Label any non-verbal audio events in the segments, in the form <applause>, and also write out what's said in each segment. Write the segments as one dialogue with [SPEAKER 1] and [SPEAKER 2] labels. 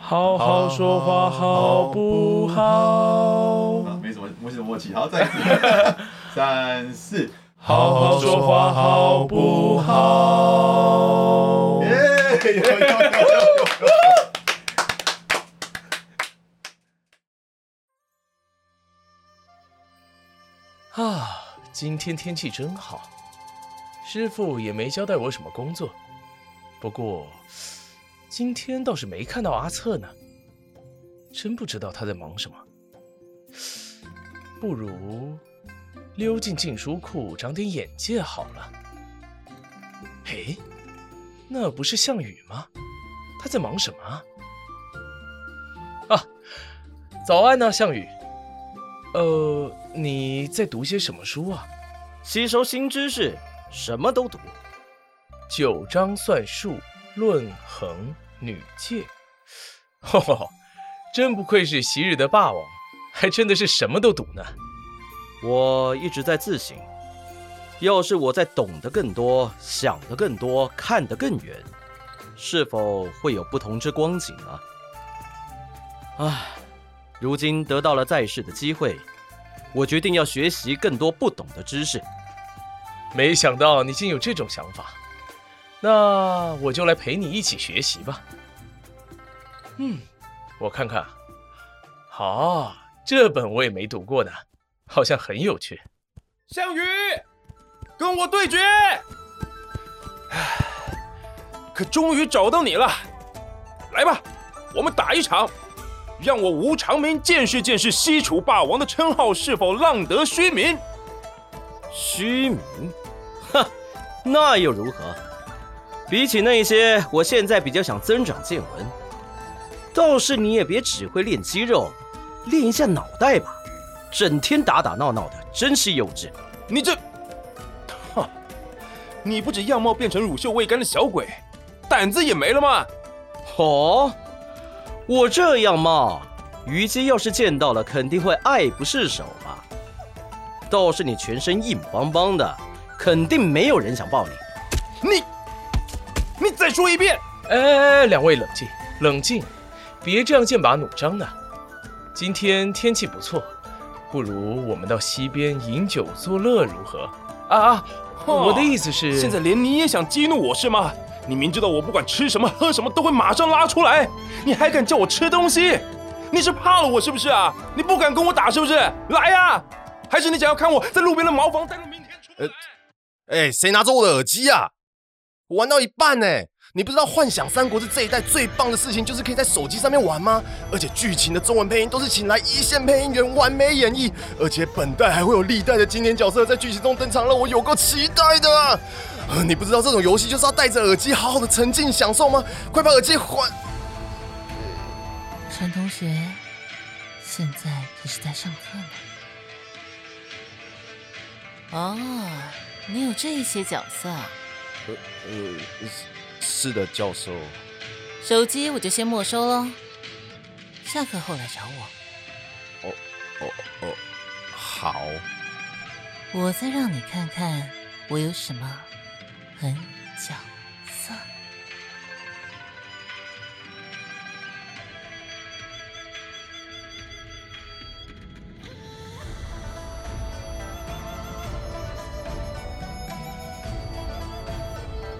[SPEAKER 1] 好好说话好不好？
[SPEAKER 2] 啊，没什么，没什么默契。好，再一次， <laughs> 三四，
[SPEAKER 1] 好好说话好不好？
[SPEAKER 2] 耶！有有有有有
[SPEAKER 1] 啊，今天天气真好，师傅也没交代我什么工作。不过，今天倒是没看到阿策呢，真不知道他在忙什么。不如溜进禁书库长点眼界好了。嘿，那不是项羽吗？他在忙什么啊？啊，早安呢、项羽。呃，你在读些什么书啊？
[SPEAKER 3] 吸收新知识，什么都读。
[SPEAKER 1] 九章算术，论衡女界。 <laughs> 吼吼吼，真不愧是昔日的霸王，还真的是什么都懂呢。
[SPEAKER 3] 我一直在自省，要是我再懂得更多，想得更多，看得更远，是否会有不同之光景啊？唉，如今得到了再世的机会，我决定要学习更多不懂的知识。
[SPEAKER 1] 没想到你竟有这种想法，那我就来陪你一起学习吧。嗯，我看看，好、这本我也没读过呢，好像很有趣。
[SPEAKER 4] 项羽，跟我对决！唉可终于找到你了，来吧，我们打一场，让我吴长明见识见识西楚霸王的称号是否浪得虚名。
[SPEAKER 3] 虚名？哼，那又如何？比起那些，我现在比较想增长见闻。倒是你也别只会练肌肉，练一下脑袋吧。整天打打闹闹的，真是幼稚。
[SPEAKER 4] 你这，哼，你不止样貌变成乳臭未干的小鬼，胆子也没了吗？
[SPEAKER 3] 哦，我这样嘛，虞姬要是见到了，肯定会爱不释手吧。倒是你全身硬邦邦的，肯定没有人想抱你。
[SPEAKER 4] 你，你再说一遍！
[SPEAKER 1] 哎哎，哎两位冷静，冷静，别这样剑拔弩张呢。今天天气不错，不如我们到溪边饮酒作乐如何？啊啊，
[SPEAKER 4] 哦
[SPEAKER 1] 我的意思是，
[SPEAKER 4] 现在连你也想激怒我是吗？你明知道我不管吃什么喝什么都会马上拉出来，你还敢叫我吃东西？你是怕了我是不是啊？你不敢跟我打是不是？来呀、还是你想要看我在路边的茅房待到明天出来？
[SPEAKER 5] 呃
[SPEAKER 6] 哎，谁拿走我的耳机啊？我玩到一半呢、你不知道《幻想三国志》这一代最棒的事情就是可以在手机上面玩吗？而且剧情的中文配音都是请来一线配音员完美演绎，而且本代还会有历代的经典角色在剧情中登场，让我有够期待的啊！呃你不知道这种游戏就是要戴着耳机好好的沉浸享受吗？快把耳机还！
[SPEAKER 7] 陈同学，现在可是在上课呢。哦，你有这些角色啊，
[SPEAKER 6] 呃，是的，教授。
[SPEAKER 7] 手机我就先没收喽。下课后来找我，
[SPEAKER 6] 哦哦，好。
[SPEAKER 7] 我再让你看看我有什么狠角色。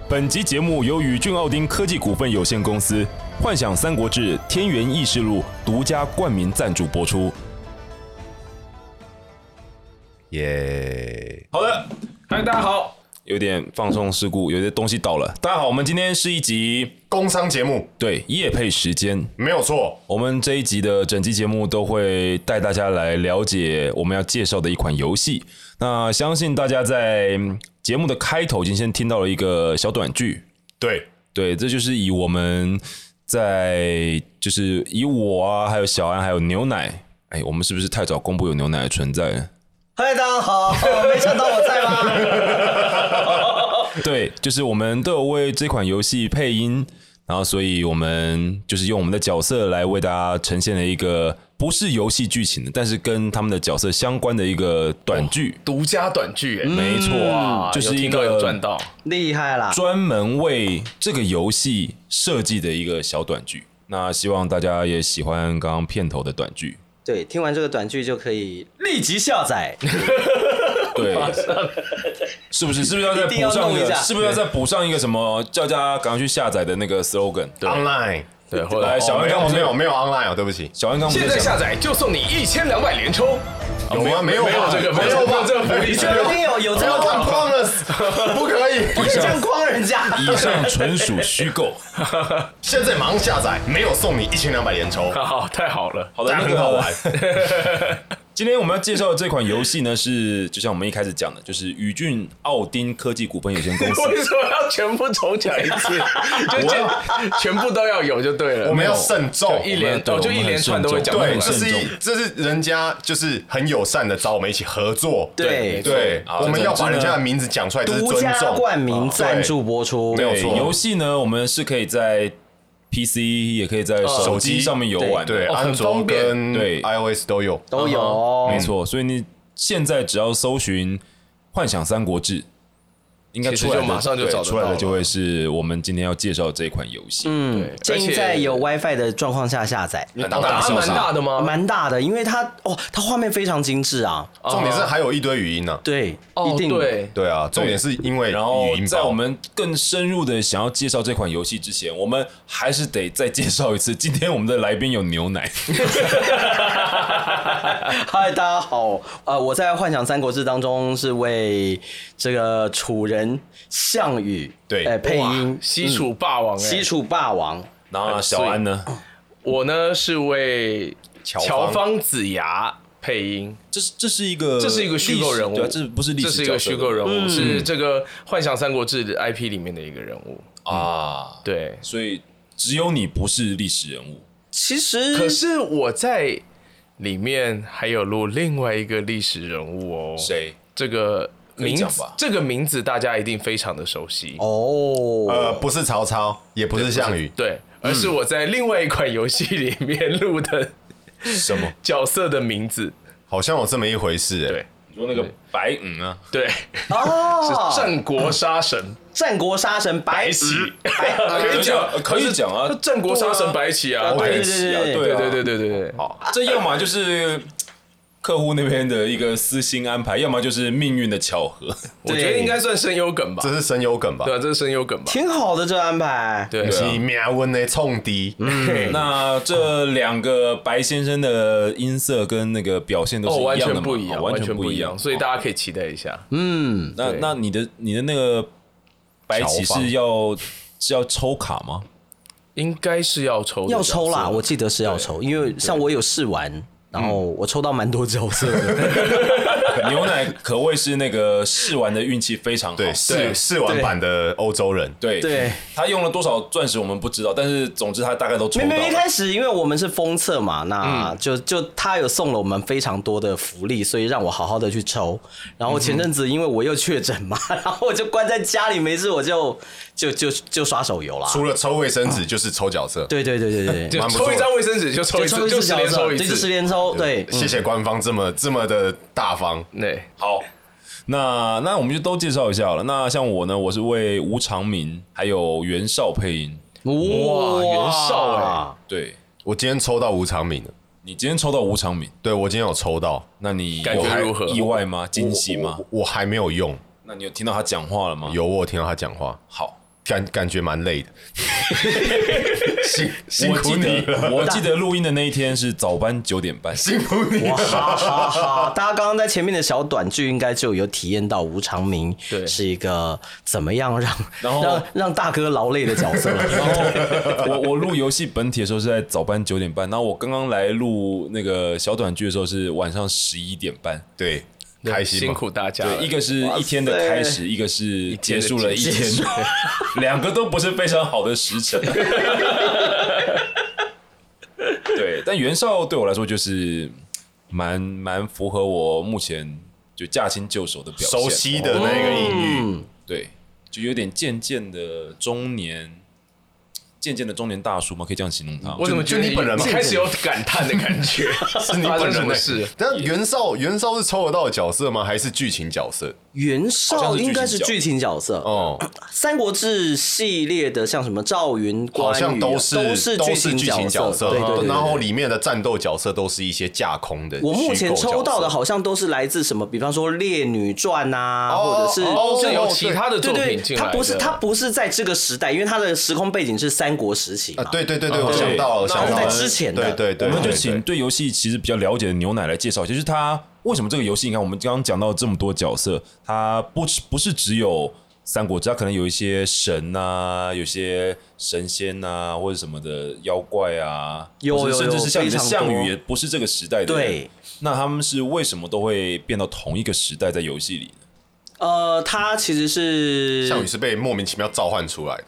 [SPEAKER 5] 本集节目由宇俊奥丁科技股份有限公司、幻想三国志《天元异事录》独家冠名赞助播出。
[SPEAKER 6] 耶、
[SPEAKER 5] 好的，嗨，大家好。有点放送事故，有些东西倒了。大家好，我们今天是一集
[SPEAKER 6] 工商节目
[SPEAKER 5] 对夜配时间。
[SPEAKER 6] 没有错。
[SPEAKER 5] 我们这一集的整期节目都会带大家来了解我们要介绍的一款游戏。那相信大家在嗯节目的开头已经先听到了一个小短剧，
[SPEAKER 6] 对，
[SPEAKER 5] 对，这就是以我们在就是以我啊，还有小安，还有牛奶，哎，我们是不是太早公布有牛奶的存在了？
[SPEAKER 3] 嗨，大家好，没想到我在吗？
[SPEAKER 5] <laughs> 对，就是我们都有为这款游戏配音，然后所以我们就是用我们的角色来为大家呈现了一个不是游戏剧情的，但是跟他们的角色相关的一个短剧。
[SPEAKER 1] 独家短剧、哎
[SPEAKER 5] 没错
[SPEAKER 1] 哇，
[SPEAKER 5] 就是
[SPEAKER 1] 有
[SPEAKER 5] 一
[SPEAKER 1] 听到有赚
[SPEAKER 5] 个
[SPEAKER 1] 到。
[SPEAKER 3] <laughs> 厉害啦！
[SPEAKER 5] 专门为这个游戏设计的一个小短剧。那希望大家也喜欢刚刚片头的短剧。
[SPEAKER 3] 对，听完这个短剧就可以立即下载。
[SPEAKER 5] 对，是不是？是不是要再
[SPEAKER 3] 一定要
[SPEAKER 5] 补上
[SPEAKER 3] 弄一
[SPEAKER 5] 个？
[SPEAKER 3] 下
[SPEAKER 5] 是不是要再补上一个什么？叫大家赶快去下载的那个 slogan。
[SPEAKER 6] online 哦
[SPEAKER 1] 对，或
[SPEAKER 5] 来，
[SPEAKER 1] 者
[SPEAKER 5] 哎小
[SPEAKER 6] 没
[SPEAKER 5] 恩刚
[SPEAKER 6] 有
[SPEAKER 5] 不是
[SPEAKER 6] 没有没有 online 哦，对不起，
[SPEAKER 5] 小恩刚不
[SPEAKER 1] <laughs>
[SPEAKER 5] 是
[SPEAKER 1] 现在
[SPEAKER 5] 想
[SPEAKER 1] 下载就送你一千两百连抽，
[SPEAKER 6] 有吗？没有
[SPEAKER 1] 没有
[SPEAKER 6] 吧
[SPEAKER 1] 这个，
[SPEAKER 6] 没有吧？啊
[SPEAKER 1] 这个福利，
[SPEAKER 3] 这一定有有这
[SPEAKER 6] 不要
[SPEAKER 3] 么
[SPEAKER 6] 乱框了，不可以。
[SPEAKER 3] 不是这样框人家。
[SPEAKER 5] 以上纯属虚构。
[SPEAKER 6] 现在马上下载，没有送你一千两百连抽，
[SPEAKER 1] 好，太 <laughs> 好了，
[SPEAKER 5] 好的，
[SPEAKER 6] 但
[SPEAKER 5] 那
[SPEAKER 6] 很好
[SPEAKER 5] 个
[SPEAKER 6] 玩。
[SPEAKER 5] 今天我们要介绍的这款游戏呢，是就像我们一开始讲的，就是宇俊奥丁科技股份有限公
[SPEAKER 1] <laughs>
[SPEAKER 5] 司。
[SPEAKER 1] 为什么要全部重讲一次？就全全部都要有就对了。
[SPEAKER 6] 我们要慎重
[SPEAKER 1] 就，一连
[SPEAKER 5] 对
[SPEAKER 1] 哦，就
[SPEAKER 5] 我们
[SPEAKER 1] 一
[SPEAKER 5] 很
[SPEAKER 1] 连串都会
[SPEAKER 5] 慎
[SPEAKER 1] 讲
[SPEAKER 5] 重
[SPEAKER 1] 到
[SPEAKER 6] 对，
[SPEAKER 1] 很
[SPEAKER 6] 这
[SPEAKER 1] 深。
[SPEAKER 6] 是一这是人家就是很友善的找我们一起合作，
[SPEAKER 3] 对
[SPEAKER 6] 对，
[SPEAKER 5] 好
[SPEAKER 6] 我们要
[SPEAKER 5] 总
[SPEAKER 6] 把
[SPEAKER 5] 之呢
[SPEAKER 6] 人啊家的名字讲出来，这是
[SPEAKER 3] 独
[SPEAKER 6] 尊
[SPEAKER 3] 家
[SPEAKER 6] 重。啊
[SPEAKER 3] 冠名赞助播出，
[SPEAKER 6] 对没有
[SPEAKER 5] 对
[SPEAKER 6] 错
[SPEAKER 5] 游戏呢，我们是可以在 PC 也可以
[SPEAKER 1] 呃
[SPEAKER 5] 在手
[SPEAKER 6] 手
[SPEAKER 5] 机
[SPEAKER 6] 机
[SPEAKER 5] 上面游玩的。
[SPEAKER 6] 对，
[SPEAKER 1] 哦
[SPEAKER 6] 安
[SPEAKER 1] 很方
[SPEAKER 6] 卓
[SPEAKER 1] 便
[SPEAKER 6] 跟
[SPEAKER 5] 对
[SPEAKER 6] iOS 都有。
[SPEAKER 3] 都有。哦
[SPEAKER 5] 没
[SPEAKER 1] 哦
[SPEAKER 5] 错。所以你现在只要搜寻《幻想三国志》，应该
[SPEAKER 1] 其实
[SPEAKER 5] 出来的
[SPEAKER 1] 就马上就
[SPEAKER 5] 对
[SPEAKER 1] 找得
[SPEAKER 5] 出来
[SPEAKER 1] 到
[SPEAKER 5] 的
[SPEAKER 1] 了
[SPEAKER 5] 就会是我们今天要介绍这款游戏。
[SPEAKER 1] 对
[SPEAKER 3] 嗯，
[SPEAKER 1] 而
[SPEAKER 3] 建议
[SPEAKER 1] 且嗯
[SPEAKER 3] 在有 WiFi 的状况下下载，
[SPEAKER 1] 打打蛮大的吗？
[SPEAKER 3] 蛮大的，因为它哦，它画面非常精致啊。
[SPEAKER 6] 重点是还有一堆语音呢。啊
[SPEAKER 3] 对，
[SPEAKER 1] 哦
[SPEAKER 3] 一定
[SPEAKER 1] 对，
[SPEAKER 6] 对啊，重点是因为
[SPEAKER 5] 然后
[SPEAKER 6] 语音
[SPEAKER 5] 在
[SPEAKER 6] 包
[SPEAKER 5] 我们更深入的想要介绍这款游戏之前，我们还是得再介绍一次。 <laughs> 今天我们的来宾有牛奶，
[SPEAKER 3] <laughs> 嗨，大家好，呃，我在《幻想三国志》当中是为这个楚人项羽
[SPEAKER 6] 对
[SPEAKER 3] 呃配音
[SPEAKER 1] 哇，西楚霸
[SPEAKER 5] 嗯
[SPEAKER 1] 王、欸，
[SPEAKER 3] 西楚霸王，
[SPEAKER 5] 然后小安呢，
[SPEAKER 1] 我呢是为
[SPEAKER 6] 乔
[SPEAKER 1] 乔
[SPEAKER 6] 方
[SPEAKER 1] 方子牙配音，
[SPEAKER 5] 这是这是一个
[SPEAKER 1] 这是一个虚构人物，
[SPEAKER 5] 呃历史对啊，这不是历史
[SPEAKER 1] 这
[SPEAKER 5] 角色
[SPEAKER 1] 是一个虚
[SPEAKER 5] 的，嗯
[SPEAKER 1] 构人物，是这个《幻想三国志》的 IP 里面的一个人物。
[SPEAKER 5] 啊，
[SPEAKER 1] 对，
[SPEAKER 5] 所以只有你不是历史人物，
[SPEAKER 3] 其实
[SPEAKER 1] 可是我在里面还有录另外一个历史人物哦，？
[SPEAKER 5] 谁？
[SPEAKER 1] 这个
[SPEAKER 5] 以
[SPEAKER 1] 名
[SPEAKER 5] 讲
[SPEAKER 1] 字
[SPEAKER 5] 吧，
[SPEAKER 1] 这个名字大家一定非常的熟悉。
[SPEAKER 3] 哦，
[SPEAKER 6] 呃不是曹操，也不是项羽，
[SPEAKER 1] 对，而是
[SPEAKER 5] 嗯
[SPEAKER 1] 我在另外一款游戏里面录的
[SPEAKER 5] 什么？
[SPEAKER 1] 角色的名字。
[SPEAKER 6] 好像有这么一回事。哎
[SPEAKER 1] 对
[SPEAKER 5] 你说那个白嗯啊，
[SPEAKER 1] 对，
[SPEAKER 3] 哦，
[SPEAKER 1] 是战国杀神
[SPEAKER 3] 战国杀神白
[SPEAKER 1] 白起，
[SPEAKER 5] 可
[SPEAKER 1] 以讲
[SPEAKER 5] 可以讲啊，
[SPEAKER 1] 战呃国杀神白起啊，
[SPEAKER 3] 对
[SPEAKER 5] 白
[SPEAKER 3] 对
[SPEAKER 5] 起啊，对
[SPEAKER 3] 对
[SPEAKER 1] 对
[SPEAKER 5] 啊
[SPEAKER 1] 对对对对对，好，
[SPEAKER 5] 这要么就是客户那边的一个私心安排，要么就是命运的巧合。
[SPEAKER 1] 我觉得应该算声优梗吧
[SPEAKER 6] 这，是声优梗吧
[SPEAKER 1] 对？啊，这是声优梗吧，
[SPEAKER 3] 挺好的这安排，
[SPEAKER 1] 对，
[SPEAKER 5] 对啊
[SPEAKER 6] 你喵问的冲敌，
[SPEAKER 5] 那这两个白先生的音色跟那个表现都是
[SPEAKER 1] 哦，完
[SPEAKER 5] 一样
[SPEAKER 1] 全
[SPEAKER 5] 的吗
[SPEAKER 1] 不一样，嗯
[SPEAKER 5] 哦
[SPEAKER 1] 完
[SPEAKER 5] 完
[SPEAKER 1] 全
[SPEAKER 5] 全
[SPEAKER 1] 不
[SPEAKER 5] 不
[SPEAKER 1] 一
[SPEAKER 5] 一
[SPEAKER 1] 样，
[SPEAKER 5] 样。
[SPEAKER 1] 所以大家可以期待一下。
[SPEAKER 5] 那
[SPEAKER 1] 对
[SPEAKER 5] 那你的你的那个白起
[SPEAKER 6] 乔防
[SPEAKER 5] 是要是要抽卡吗？ <laughs>
[SPEAKER 1] 应该是要抽的，
[SPEAKER 3] 要抽啦，
[SPEAKER 1] 角色
[SPEAKER 3] 我记得是要抽，因为像我有试玩，然后
[SPEAKER 1] 嗯
[SPEAKER 3] 我抽到蛮多角
[SPEAKER 1] <laughs>
[SPEAKER 3] 色的，
[SPEAKER 5] 牛奶可谓是那个试玩的运气非常好。
[SPEAKER 6] 对，试试玩版的欧洲人，
[SPEAKER 5] 对
[SPEAKER 3] 对，
[SPEAKER 5] 他用了多少钻石我们不知道，但是总之他大概都抽
[SPEAKER 3] 没
[SPEAKER 5] 到
[SPEAKER 3] 没，一
[SPEAKER 5] 了。
[SPEAKER 3] 开始因为我们是封测嘛，那
[SPEAKER 1] 嗯
[SPEAKER 3] 就就他有送了我们非常多的福利，所以让我好好的去抽。然后前阵
[SPEAKER 1] 嗯
[SPEAKER 3] 子因为我又确诊嘛， <laughs> 然后我就关在家里没事，我就就就就刷手游啦。
[SPEAKER 6] 除了抽卫生纸就是抽角色。
[SPEAKER 3] 对对对对对，
[SPEAKER 1] 就
[SPEAKER 6] 蛮不错
[SPEAKER 1] 抽一张卫生纸 <laughs> 就抽一次，就
[SPEAKER 3] 次
[SPEAKER 1] 十
[SPEAKER 3] 角
[SPEAKER 1] 连
[SPEAKER 3] 色，
[SPEAKER 1] 抽一
[SPEAKER 3] 对，就十
[SPEAKER 1] 次，
[SPEAKER 3] 连抽，对，
[SPEAKER 6] 谢谢官方这么这么的大方。
[SPEAKER 1] 对，
[SPEAKER 5] 好，那那我们就都介绍一下好了。那像我呢，我是为吴长明还有袁绍配音。
[SPEAKER 1] 哇袁绍哎
[SPEAKER 3] 啊，
[SPEAKER 5] 对
[SPEAKER 6] 我今天抽到吴长敏了，
[SPEAKER 5] 你今天抽到吴长明，
[SPEAKER 6] 对我今天有抽到，
[SPEAKER 5] 那你
[SPEAKER 1] 感觉
[SPEAKER 5] 有还
[SPEAKER 1] 如何
[SPEAKER 5] 意外吗？惊喜吗？
[SPEAKER 6] 我我我还没有用，
[SPEAKER 5] 那你有听到他讲话了吗？。
[SPEAKER 6] 有我有听到他讲话，
[SPEAKER 5] 好，
[SPEAKER 6] 感感觉蛮累的，辛辛
[SPEAKER 5] 我
[SPEAKER 6] 苦
[SPEAKER 5] 记得
[SPEAKER 6] 你
[SPEAKER 5] <laughs>
[SPEAKER 6] 了，
[SPEAKER 5] 我记得录音的那一天是早班九点半。
[SPEAKER 6] 辛苦你
[SPEAKER 3] 哇
[SPEAKER 6] 了。
[SPEAKER 3] 哈哈哈！大家刚刚在前面的小短剧应该就有体验到吴长明
[SPEAKER 1] 对
[SPEAKER 3] 是一个怎么样让
[SPEAKER 5] 然后
[SPEAKER 3] 让让大哥劳累的角色。
[SPEAKER 6] <laughs>
[SPEAKER 5] 我我录游戏本体的时候是在早班九点半，然后我刚刚来录那个小短剧的时候是晚上十一点半。
[SPEAKER 6] 对，
[SPEAKER 1] 对
[SPEAKER 6] 开心
[SPEAKER 1] 辛
[SPEAKER 6] 吗？
[SPEAKER 1] 苦大家了
[SPEAKER 5] 对，一个是一天的开始，一个是结束了一
[SPEAKER 1] 一天
[SPEAKER 5] 天，两个都不是非常好的时辰。对，但袁绍对我来说就是蛮蛮符合我目前就驾轻就熟的表现，哦
[SPEAKER 6] 熟悉的那个音域，
[SPEAKER 3] 嗯，
[SPEAKER 5] 对，就有点渐渐的中年，渐渐的中年大叔嘛，可以这样形容他吗。
[SPEAKER 1] 我怎么觉
[SPEAKER 6] 就
[SPEAKER 1] 得
[SPEAKER 6] 就你本人吗
[SPEAKER 1] 开始有感叹的感 <laughs> 觉？
[SPEAKER 6] 是你
[SPEAKER 1] 发生
[SPEAKER 6] 本
[SPEAKER 1] 什
[SPEAKER 6] 人
[SPEAKER 1] 么
[SPEAKER 6] 的
[SPEAKER 1] 事？
[SPEAKER 6] 但袁绍，袁绍是抽得到的角色吗？还是剧情角色？
[SPEAKER 3] 袁绍应该是剧情角色，
[SPEAKER 6] 哦，
[SPEAKER 3] 三国志》系列的像什么赵云、关
[SPEAKER 6] 好
[SPEAKER 3] 羽，啊
[SPEAKER 6] 像都是
[SPEAKER 3] 都
[SPEAKER 6] 都
[SPEAKER 3] 是
[SPEAKER 6] 剧情角
[SPEAKER 3] 色，对对对对
[SPEAKER 6] 然后里面的战斗角色都是一些架空的。
[SPEAKER 3] 我目前抽到的
[SPEAKER 6] 好。
[SPEAKER 3] 好像都是来自什么，比方说《烈女传》啊，
[SPEAKER 6] 哦
[SPEAKER 3] 或者是
[SPEAKER 6] 哦
[SPEAKER 1] 是由其他的作
[SPEAKER 3] 对
[SPEAKER 1] 品
[SPEAKER 3] 对，
[SPEAKER 1] 进来
[SPEAKER 3] 它
[SPEAKER 1] 的。
[SPEAKER 3] 不是它不是在这个时代，因为它的时空背景是三国时期嘛。
[SPEAKER 6] 啊，对对对对，我想到了，我想到
[SPEAKER 3] 在
[SPEAKER 6] 了
[SPEAKER 3] 之前的
[SPEAKER 6] 对对对，
[SPEAKER 5] 我们就
[SPEAKER 6] 对
[SPEAKER 5] 请对游戏其实比较了解的牛奶来介绍一下，就是它为什么这个游戏，你看我们刚刚讲到这么多角色，它不是不是只有三国志，它可能有一些神啊，有些神仙啊，或者什么的妖怪啊，
[SPEAKER 3] 有
[SPEAKER 5] 或者
[SPEAKER 3] 有
[SPEAKER 5] 甚至
[SPEAKER 3] 有
[SPEAKER 5] 是像你的
[SPEAKER 3] 非常
[SPEAKER 5] 项
[SPEAKER 3] 多
[SPEAKER 5] 羽也不是这个时代的，
[SPEAKER 3] 对，
[SPEAKER 5] 那他们是为什么都会变到同一个时代在游戏里呢？
[SPEAKER 3] 呃，它其实是
[SPEAKER 6] 项羽是被莫名其妙召唤出 <laughs> 来的，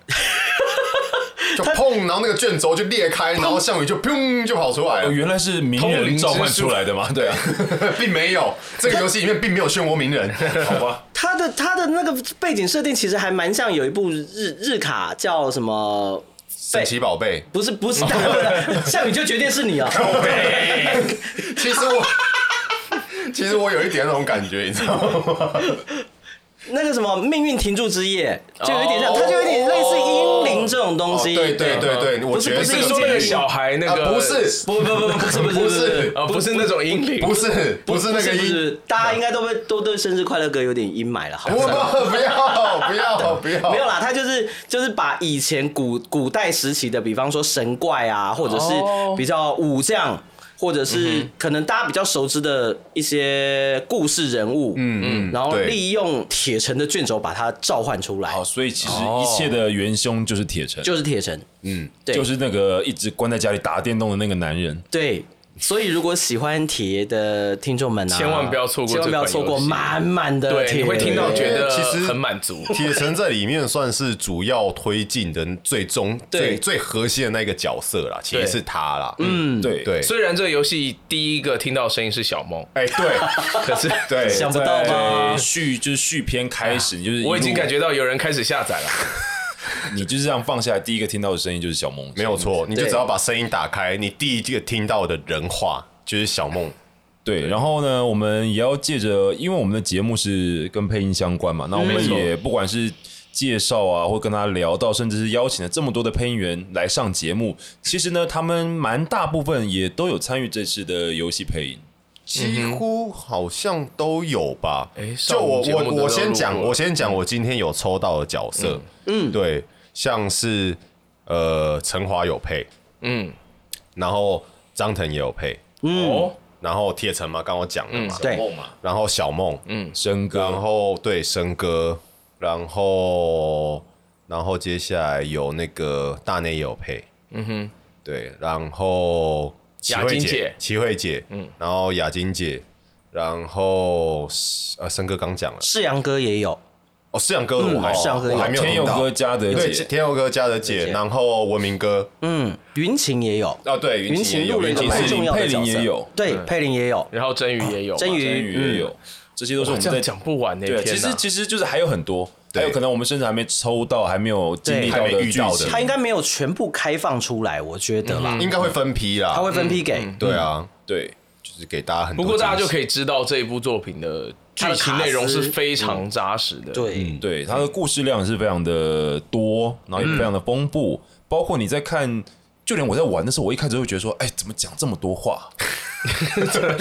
[SPEAKER 6] 就砰，然后那个卷轴就裂开，然后项羽就砰就跑出来
[SPEAKER 5] 哦，
[SPEAKER 6] 了，
[SPEAKER 5] 原来是名人召唤出来的嘛，对啊， <laughs>
[SPEAKER 6] <laughs> 并没有，这个游戏里面并没有漩涡鸣人，
[SPEAKER 5] 好吧，
[SPEAKER 3] 它的它的那个背景设定其实还蛮像有一部日日卡叫什么。
[SPEAKER 6] 神奇宝贝。
[SPEAKER 3] 不是
[SPEAKER 6] <laughs>
[SPEAKER 3] 不是，不是项羽就决定是你啊！
[SPEAKER 6] 其实 <laughs> 我，其实我有一点那种感觉，你知道吗？
[SPEAKER 3] 那个什么命运停住之夜，就有一点像，它就有点类似英灵这种东
[SPEAKER 6] 哦，
[SPEAKER 3] 西。
[SPEAKER 6] 对对对对，我
[SPEAKER 3] 不是
[SPEAKER 6] 觉得
[SPEAKER 3] 不是
[SPEAKER 6] 这
[SPEAKER 3] 说
[SPEAKER 1] 说那个小孩那个
[SPEAKER 6] 啊不是
[SPEAKER 3] 不不不不不是
[SPEAKER 1] <laughs>
[SPEAKER 3] 不是不是
[SPEAKER 1] 啊，不是那种英灵，
[SPEAKER 6] 不是不是那个
[SPEAKER 3] 不
[SPEAKER 6] 一，
[SPEAKER 3] 是，大家应该都被都对生日快乐歌有点阴霾了，好
[SPEAKER 6] 不
[SPEAKER 3] 像。
[SPEAKER 6] 不要不要不
[SPEAKER 3] <laughs>
[SPEAKER 6] 要，
[SPEAKER 3] 没有啦，他就是就是把以前古古代时期的，比方说神怪啊，或者是比较武将，或者是可能大家比较熟知的一些故事人物，嗯嗯，然后
[SPEAKER 6] 对
[SPEAKER 3] 利用铁城的卷轴把它召唤出来
[SPEAKER 5] 好，，哦所以其实一切的元凶就是铁城，
[SPEAKER 3] 哦就是铁城，嗯，对，
[SPEAKER 5] 就是那个一直关在家里打电动的那个男人。
[SPEAKER 3] 对。所以，如果喜欢铁的听众们啊，
[SPEAKER 1] 千万不要错过
[SPEAKER 3] 千万不要
[SPEAKER 1] 这款
[SPEAKER 3] 错过
[SPEAKER 1] 游戏
[SPEAKER 3] 满满的
[SPEAKER 1] 对，
[SPEAKER 3] 铁，
[SPEAKER 1] 你会听到觉得
[SPEAKER 6] 其实
[SPEAKER 1] 很满足。
[SPEAKER 6] 铁城在里面算是主要推进的最终
[SPEAKER 3] 对
[SPEAKER 6] 最最核心的那个角色啦，其实
[SPEAKER 1] 对
[SPEAKER 6] 是他啦。嗯，
[SPEAKER 5] 嗯，对
[SPEAKER 6] 对，
[SPEAKER 1] 虽然这个游戏第一个听到声音是小梦，
[SPEAKER 6] 哎，对
[SPEAKER 1] 可是
[SPEAKER 6] 对，
[SPEAKER 3] 想不到吧？
[SPEAKER 5] 续就是续篇开始，你就是一
[SPEAKER 1] 啊
[SPEAKER 5] 路
[SPEAKER 1] 我已经感觉到有人开始下载了。
[SPEAKER 5] 你就是这样放下来，第一个听到的声音就是小梦，
[SPEAKER 6] 没有错，你就只要把声音打开，你第一个听到的人话就是小梦。
[SPEAKER 5] 对，然后呢，我们也要借着，因为我们的节目是跟配音相关嘛，那我们也不管是介绍啊，或跟他聊到，甚至是邀请了这么多的配音员来上节目，其实呢，他们蛮大部分也都有参与这次的游戏配音。
[SPEAKER 6] 几乎好像都有吧。
[SPEAKER 1] 诶
[SPEAKER 6] 就
[SPEAKER 1] 上我们
[SPEAKER 6] 我
[SPEAKER 1] 节目
[SPEAKER 6] 我
[SPEAKER 1] 都
[SPEAKER 6] 我
[SPEAKER 1] 有
[SPEAKER 6] 先讲，
[SPEAKER 1] 录过
[SPEAKER 6] 我先讲我今天有抽到的角色，嗯，对，像是呃陈华有配，
[SPEAKER 1] 嗯，
[SPEAKER 6] 然后张腾也有配，
[SPEAKER 1] 哦，
[SPEAKER 6] 然后铁城嘛，刚我讲了嘛，
[SPEAKER 3] 对，
[SPEAKER 6] 然后小梦，嗯，
[SPEAKER 5] 生哥，
[SPEAKER 6] 然后对生哥，然后然后接下来有那个大内也有配，
[SPEAKER 1] 嗯哼，
[SPEAKER 6] 对，然后齐
[SPEAKER 1] 雅
[SPEAKER 6] 慧
[SPEAKER 1] 晶
[SPEAKER 6] 姐
[SPEAKER 1] 姐，
[SPEAKER 6] 齐慧姐，嗯，然后雅晶姐，然后呃，森哥刚讲了，
[SPEAKER 3] 世阳哥也有，
[SPEAKER 6] 哦，世阳哥我还
[SPEAKER 3] 世嗯阳哥
[SPEAKER 6] 我还没有
[SPEAKER 5] 天
[SPEAKER 6] 听
[SPEAKER 5] 佑
[SPEAKER 6] 到
[SPEAKER 5] 哥、嘉德
[SPEAKER 6] 对，
[SPEAKER 5] 姐，
[SPEAKER 6] 天佑哥、嘉德姐，然后文明哥，
[SPEAKER 3] 嗯，云晴也有，
[SPEAKER 5] 哦
[SPEAKER 6] 啊，对，
[SPEAKER 3] 云
[SPEAKER 6] 晴
[SPEAKER 3] 晴
[SPEAKER 6] 也有
[SPEAKER 3] 路人
[SPEAKER 6] 云
[SPEAKER 3] 甲
[SPEAKER 6] 晴
[SPEAKER 5] 佩
[SPEAKER 3] 蛮
[SPEAKER 6] 是
[SPEAKER 5] 林
[SPEAKER 3] 重要的
[SPEAKER 5] 佩林
[SPEAKER 3] 角色，
[SPEAKER 5] 也有
[SPEAKER 3] 对，佩林也有，
[SPEAKER 1] 然后真鱼也有嘛，
[SPEAKER 3] 真
[SPEAKER 5] 詹
[SPEAKER 3] 鱼
[SPEAKER 5] 宇也有，这些都是我
[SPEAKER 1] 哇
[SPEAKER 5] 们
[SPEAKER 1] 这
[SPEAKER 5] 在
[SPEAKER 1] 样讲不完呢。
[SPEAKER 5] 对，
[SPEAKER 1] 天啊
[SPEAKER 5] 其
[SPEAKER 1] 哪
[SPEAKER 5] 实其实就是还有很多，还
[SPEAKER 6] 对
[SPEAKER 5] 有可能我们甚至还没抽到，还没有经历到
[SPEAKER 6] 还没
[SPEAKER 5] 的
[SPEAKER 6] 遇
[SPEAKER 5] 剧
[SPEAKER 6] 到的嗯
[SPEAKER 5] 情。
[SPEAKER 3] 他应该没有全部开放出来，我觉得啦，
[SPEAKER 6] 应该会分批啦
[SPEAKER 3] 他，会分批给。
[SPEAKER 6] 对啊，
[SPEAKER 5] 对，
[SPEAKER 6] 就是给大家很多
[SPEAKER 1] 不
[SPEAKER 6] 惊喜，
[SPEAKER 1] 过大家就可以知道这一部作品的嗯
[SPEAKER 3] 它的
[SPEAKER 1] 剧
[SPEAKER 3] 卡
[SPEAKER 1] 情内容是
[SPEAKER 3] 司
[SPEAKER 1] 非常扎实的。，
[SPEAKER 3] 对，
[SPEAKER 5] 对，它的故事量是非常的多，然后也非常的丰富，包括你在看。就连我在玩的时候，我一开始会觉得说，哎，怎么讲这么多 <laughs> 话？啊